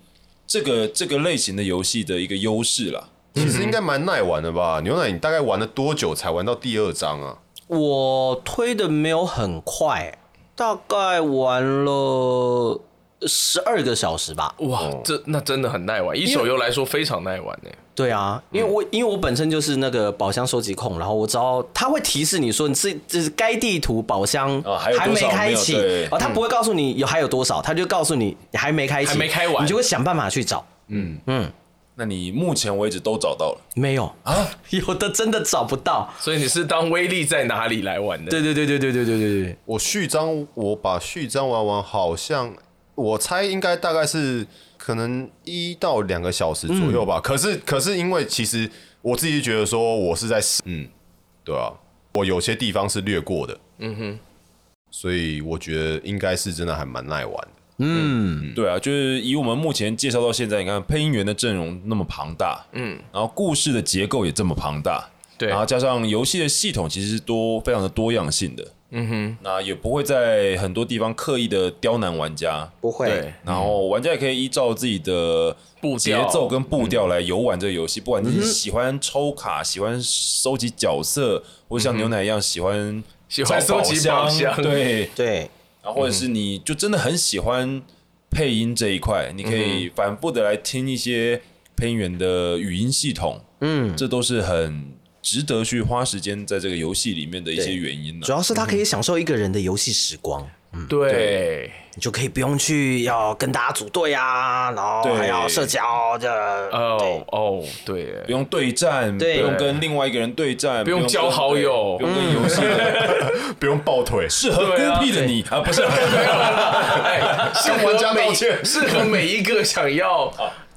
[SPEAKER 5] 这个这个类型的游戏的一个优势啦。
[SPEAKER 6] 其实应该蛮耐玩的吧？牛奶，你大概玩了多久才玩到第二章啊？
[SPEAKER 3] 我推的没有很快，大概玩了十二个小时吧。
[SPEAKER 1] 哇，
[SPEAKER 6] 嗯
[SPEAKER 1] 这那真的很耐玩，以手游来说非常耐玩欸呢。
[SPEAKER 3] 对啊，因为我、因为我本身就是那个宝箱收集控，然后我只要它会提示你说你是就是该地图宝箱
[SPEAKER 5] 哦还有多少
[SPEAKER 3] 没
[SPEAKER 5] 没
[SPEAKER 3] 开
[SPEAKER 5] 有
[SPEAKER 3] 启，
[SPEAKER 5] 对
[SPEAKER 3] 哦，它不会告诉你有还有多少，它就告诉你你还没开启，
[SPEAKER 1] 还没开完
[SPEAKER 3] 你就会想办法去找。
[SPEAKER 5] 那你目前为止都找到了，
[SPEAKER 3] 没有啊， <laughs> 有的真的找不到。
[SPEAKER 1] 所以你是当威力在哪里来玩的？
[SPEAKER 3] 对对对对对对对对对，
[SPEAKER 6] 我序章我把序章玩完，好像我猜应该大概是可能一到两个小时左右吧。可是可是因为其实我自己觉得说我是在试嗯，对啊，我有些地方是略过的，嗯哼，所以我觉得应该是真的还蛮耐玩的。 <laughs>
[SPEAKER 1] 嗯
[SPEAKER 5] 对啊，就是以我们目前介绍到现在，你看配音员的阵容那么庞大，嗯，然后故事的结构也这么庞大，
[SPEAKER 1] 对
[SPEAKER 5] 然后加上游戏的系统其实是多非常的多样性的，嗯哼，那也不会在很多地方刻意的刁难玩家，
[SPEAKER 3] 不会
[SPEAKER 1] 对。
[SPEAKER 5] 然后玩家也可以依照自己的
[SPEAKER 1] 嗯步
[SPEAKER 5] 节
[SPEAKER 1] 调嗯
[SPEAKER 5] 奏跟步调来游玩这个游戏，不管你是喜欢抽卡、喜欢收集角色，或者像牛奶一样喜欢
[SPEAKER 1] 嗯喜欢收
[SPEAKER 5] 找
[SPEAKER 1] 集宝箱
[SPEAKER 5] 对，
[SPEAKER 3] 对，
[SPEAKER 5] 然啊后或者
[SPEAKER 1] 嗯
[SPEAKER 5] 是你就真的很喜欢配音这一块，你可
[SPEAKER 1] 嗯
[SPEAKER 5] 以反复的来听一些配音员的语音系统，嗯，这都是很值得去花时间在这个游戏里面的一些
[SPEAKER 3] 对
[SPEAKER 5] 原因呢啊
[SPEAKER 3] 主。要是它可以享受一个人的游戏时光，
[SPEAKER 1] 对，
[SPEAKER 3] 你就可以不用去要跟大家组队啊，然后
[SPEAKER 5] 对
[SPEAKER 3] 还要社交的。
[SPEAKER 1] 哦哦，对
[SPEAKER 5] 不，用对战，不
[SPEAKER 3] 对
[SPEAKER 5] 用跟另外一个人对战，
[SPEAKER 1] 不用
[SPEAKER 5] 跟
[SPEAKER 1] 交好友
[SPEAKER 5] 不用跟游戏的
[SPEAKER 1] 嗯
[SPEAKER 6] 不用抱腿，
[SPEAKER 5] 适合孤僻的你啊，不是
[SPEAKER 1] <laughs> 哎，适
[SPEAKER 6] 向玩
[SPEAKER 1] 合
[SPEAKER 6] 家道
[SPEAKER 1] 每
[SPEAKER 6] 歉
[SPEAKER 1] 适合每一个想要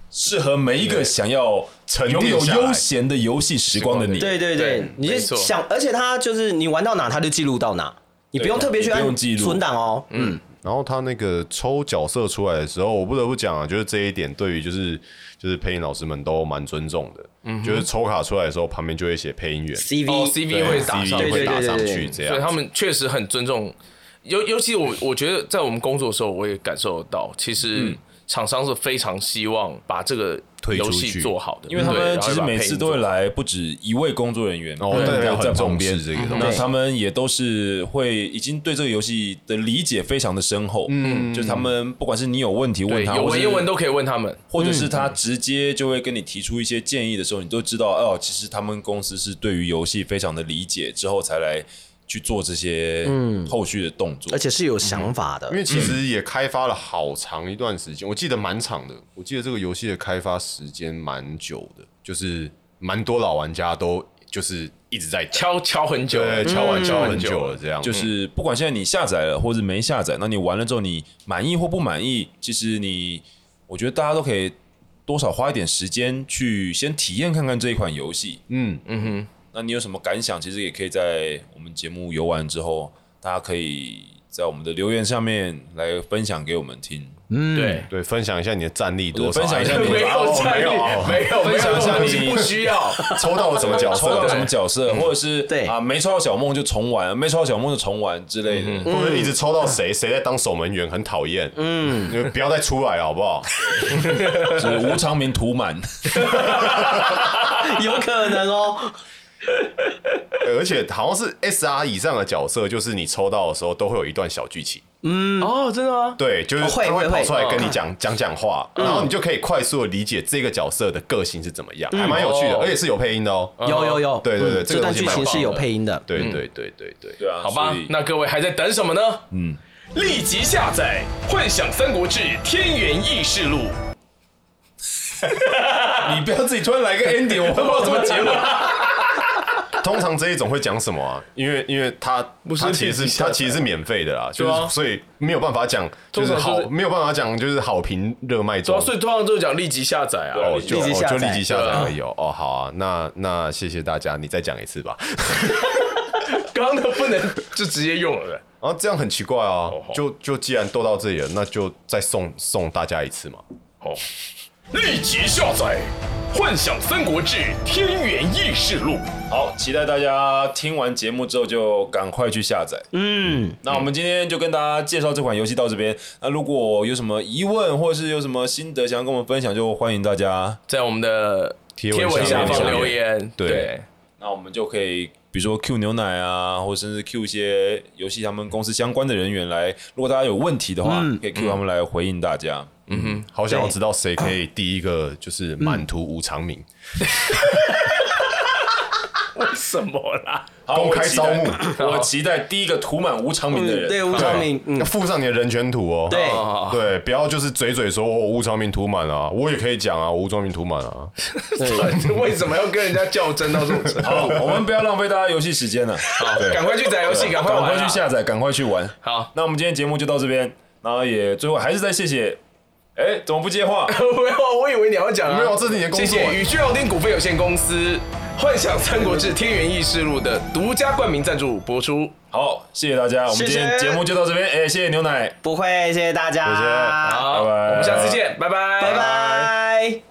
[SPEAKER 5] 适合每一个想要
[SPEAKER 6] 沉
[SPEAKER 5] 拥
[SPEAKER 6] 淀
[SPEAKER 5] 有
[SPEAKER 6] 下来
[SPEAKER 5] 悠闲的游戏时光的你，
[SPEAKER 3] 对对对
[SPEAKER 1] 对，
[SPEAKER 3] 你
[SPEAKER 1] 没
[SPEAKER 3] 就
[SPEAKER 1] 错
[SPEAKER 3] 想，而且它就是你玩到哪，它就记录到哪，你不用特别去
[SPEAKER 5] 你不
[SPEAKER 3] 按
[SPEAKER 5] 用记录
[SPEAKER 3] 存档哦。嗯，
[SPEAKER 6] 然后他那个抽角色出来的时候，我不得不讲啊，就是这一点对于就是就是配音老师们都蛮尊重的，就是抽卡出来的时候旁边就会写配音员
[SPEAKER 3] CV、
[SPEAKER 1] 哦 CV 会打上
[SPEAKER 6] CV
[SPEAKER 3] 对
[SPEAKER 6] 会
[SPEAKER 3] 对
[SPEAKER 6] 打上
[SPEAKER 3] 对对
[SPEAKER 6] 去这
[SPEAKER 1] 所以
[SPEAKER 6] 样。
[SPEAKER 1] 他们确实很尊重，尤尤其我我觉得在我们工作的时候，我也感受得到，其实厂商是非常希望把这个
[SPEAKER 6] 推出
[SPEAKER 1] 游
[SPEAKER 6] 去
[SPEAKER 1] 戏做好的，
[SPEAKER 5] 因为他
[SPEAKER 1] 对
[SPEAKER 5] 们
[SPEAKER 1] 然后
[SPEAKER 5] 其实
[SPEAKER 1] 把
[SPEAKER 5] 每
[SPEAKER 1] 配
[SPEAKER 5] 次
[SPEAKER 1] 音
[SPEAKER 5] 都会
[SPEAKER 1] 做好
[SPEAKER 5] 来不止一位工作人员，
[SPEAKER 6] 哦对
[SPEAKER 5] 对，
[SPEAKER 6] 很
[SPEAKER 5] 在旁
[SPEAKER 6] 重
[SPEAKER 5] 边
[SPEAKER 6] 视这嗯个东西
[SPEAKER 5] 那他们也都是会已经对这个游戏的理解非常的深厚，嗯，就是他们不管是你有问题问
[SPEAKER 1] 对
[SPEAKER 5] 他，
[SPEAKER 1] 有
[SPEAKER 5] 或
[SPEAKER 1] 文
[SPEAKER 5] 是
[SPEAKER 1] 言文都可以问他们，
[SPEAKER 5] 或者是他直接就会跟你提出一些建议的时候，你都知道哦，其实他们公司是对于游戏非常的理解，之后才来去做这些后续的动作。
[SPEAKER 3] 而且是有想法的
[SPEAKER 6] 因。为其实也开发了好长一段时间，我记得蛮长的。我记得这个游戏的开发时间蛮久的，就是蛮多老玩家都就是一直在等
[SPEAKER 1] 敲敲很久，啊
[SPEAKER 6] 对敲完敲很久了
[SPEAKER 1] 了，
[SPEAKER 6] 这样，嗯
[SPEAKER 5] 就是不管现在你下载了或者没下载，那你玩了之后你满意或不满意，其实你我觉得大家都可以多少花一点时间去先体验看看这一款游戏。
[SPEAKER 6] 嗯
[SPEAKER 1] 嗯哼，
[SPEAKER 5] 那你有什么感想？其实也可以在我们节目游玩之后，大家可以在我们的留言下面来分享给我们听，
[SPEAKER 1] 对。
[SPEAKER 6] 对，分享一下你的战力多少，
[SPEAKER 5] 分享一下你的
[SPEAKER 1] 没有
[SPEAKER 6] 哦
[SPEAKER 1] 战
[SPEAKER 6] 没
[SPEAKER 1] 力，
[SPEAKER 6] 有哦
[SPEAKER 1] 没有，
[SPEAKER 5] 分享一下
[SPEAKER 1] 没有
[SPEAKER 5] 你
[SPEAKER 1] 不需要。
[SPEAKER 6] 抽到了什么角
[SPEAKER 5] 抽到
[SPEAKER 6] 色，啊
[SPEAKER 5] 什么角色，或者是
[SPEAKER 3] 对
[SPEAKER 5] 啊没抽到小梦就重玩，没抽到小梦就重玩之类的。
[SPEAKER 6] 或者一直抽到谁，谁在当守门员，很讨厌。嗯，你不要再出来了好不好？
[SPEAKER 5] 就是无常名涂满，
[SPEAKER 3] <laughs> 有可能哦。
[SPEAKER 6] 呃而且好像是 S R 以上的角色，就是你抽到的时候都会有一段小剧情。
[SPEAKER 1] 哦，真的吗？
[SPEAKER 6] 对，就是
[SPEAKER 3] 嗯哦会
[SPEAKER 6] 他
[SPEAKER 3] 会
[SPEAKER 6] 会
[SPEAKER 3] 嗯
[SPEAKER 6] 跑
[SPEAKER 3] 会
[SPEAKER 6] 出来跟你讲讲讲话，然后你就可以快速的理解这个角色的个性是怎么样，
[SPEAKER 3] 嗯
[SPEAKER 6] 还蛮有趣的，
[SPEAKER 1] 哦
[SPEAKER 6] 而且是有配音的哦。
[SPEAKER 3] 有有有，
[SPEAKER 6] 对对对
[SPEAKER 3] 嗯
[SPEAKER 6] 这
[SPEAKER 3] 这
[SPEAKER 6] 个
[SPEAKER 3] 段
[SPEAKER 6] 东西
[SPEAKER 3] 剧
[SPEAKER 6] 蛮
[SPEAKER 3] 情
[SPEAKER 6] 棒
[SPEAKER 3] 是有
[SPEAKER 6] 的
[SPEAKER 3] 配音的。
[SPEAKER 6] 对对对对对，
[SPEAKER 5] 对啊，
[SPEAKER 1] 好吧
[SPEAKER 5] 所以，
[SPEAKER 1] 那各位还在等什么呢？嗯，立即下载《幻想三国志天元异事录》。
[SPEAKER 5] 你不要自己突然来个 ending，我不知道怎么结尾。
[SPEAKER 6] <laughs> 通常这一种会讲什么啊？因为因为他
[SPEAKER 1] 不是
[SPEAKER 6] 他
[SPEAKER 1] 立
[SPEAKER 6] 其实
[SPEAKER 1] 即
[SPEAKER 6] 是
[SPEAKER 1] 下载
[SPEAKER 6] 他其实是免费的啦，就
[SPEAKER 1] 对啊
[SPEAKER 6] 是所以没有办法讲，就是
[SPEAKER 1] 通常
[SPEAKER 6] 好
[SPEAKER 1] 就是
[SPEAKER 6] 没有办法讲就是好评热卖
[SPEAKER 1] 主
[SPEAKER 6] 中
[SPEAKER 1] 要。所以通常就是讲立即下载啊。
[SPEAKER 6] 哦，
[SPEAKER 1] 立即
[SPEAKER 6] 就
[SPEAKER 3] 立即
[SPEAKER 6] 哦
[SPEAKER 3] 下
[SPEAKER 6] 就
[SPEAKER 3] 载
[SPEAKER 6] 立即下载而已哦。哦，好啊，那那谢谢大家，你再讲一次吧。
[SPEAKER 1] 刚刚的不能就直接用了。
[SPEAKER 6] 然后这样很奇怪啊
[SPEAKER 1] 好，
[SPEAKER 6] 就就既然斗到这里了，那就再送送大家一次嘛。
[SPEAKER 1] 哦，立即下载《幻想三国志天元异事录》。
[SPEAKER 5] 好，期待大家听完节目之后就赶快去下载。嗯，那我们今天就跟大家介绍这款游戏到这边。那如果有什么疑问或者是有什么心得想要跟我们分享，就欢迎大家。
[SPEAKER 1] 在我们的
[SPEAKER 6] 贴
[SPEAKER 1] 贴
[SPEAKER 6] 文
[SPEAKER 1] 文
[SPEAKER 6] 下
[SPEAKER 1] 下
[SPEAKER 6] 面
[SPEAKER 1] 方
[SPEAKER 6] 留
[SPEAKER 1] 留言。
[SPEAKER 6] 对，
[SPEAKER 5] 那我们就可以比如说 Q 牛奶啊，或者甚至 Q 一些游戏他们公司相关的人员来，如果大家有问题的话，
[SPEAKER 3] 嗯
[SPEAKER 5] 可以 Q 他们来回应大家。
[SPEAKER 1] 嗯
[SPEAKER 6] 好想要知道谁可以第一个就是满图无常名，
[SPEAKER 1] 哼，为什么啦？
[SPEAKER 5] 好
[SPEAKER 6] <laughs> 公开招募， <laughs> 啊
[SPEAKER 5] 我期待第一个涂满无常名的人。
[SPEAKER 3] 对，吴昌明，嗯
[SPEAKER 6] <laughs> 要，附上你的人权图哦。
[SPEAKER 3] 对，
[SPEAKER 6] 对，不要就是嘴嘴说哦我无常名涂满啊，我也可以讲啊，我无常名涂满啊。
[SPEAKER 1] <laughs> 为什么要跟人家较真到这种程度？
[SPEAKER 5] 好，我们不要浪费大家游戏时间了，
[SPEAKER 1] 好，赶快去打游戏，赶快
[SPEAKER 5] 赶
[SPEAKER 1] 玩
[SPEAKER 5] 快
[SPEAKER 1] 啊
[SPEAKER 5] 去下载，赶快去玩。
[SPEAKER 1] 好，
[SPEAKER 5] 那我们今天节目就到这边，然后也最后还是再谢谢，哎，怎么不接话？
[SPEAKER 1] 没有，我以为你要讲啊。
[SPEAKER 6] 没有这是你的工
[SPEAKER 1] 谢
[SPEAKER 6] 作
[SPEAKER 1] 谢宇俊龙鼎股份有限公司《幻想三国志天元异事录》的独家冠名赞助播出。
[SPEAKER 5] 好，谢谢大家，我们今天节目就到这边，哎，谢谢牛奶，
[SPEAKER 3] 不会，谢谢大家，
[SPEAKER 5] 谢谢好拜拜
[SPEAKER 1] 我们下次见，拜拜，
[SPEAKER 3] 拜。拜。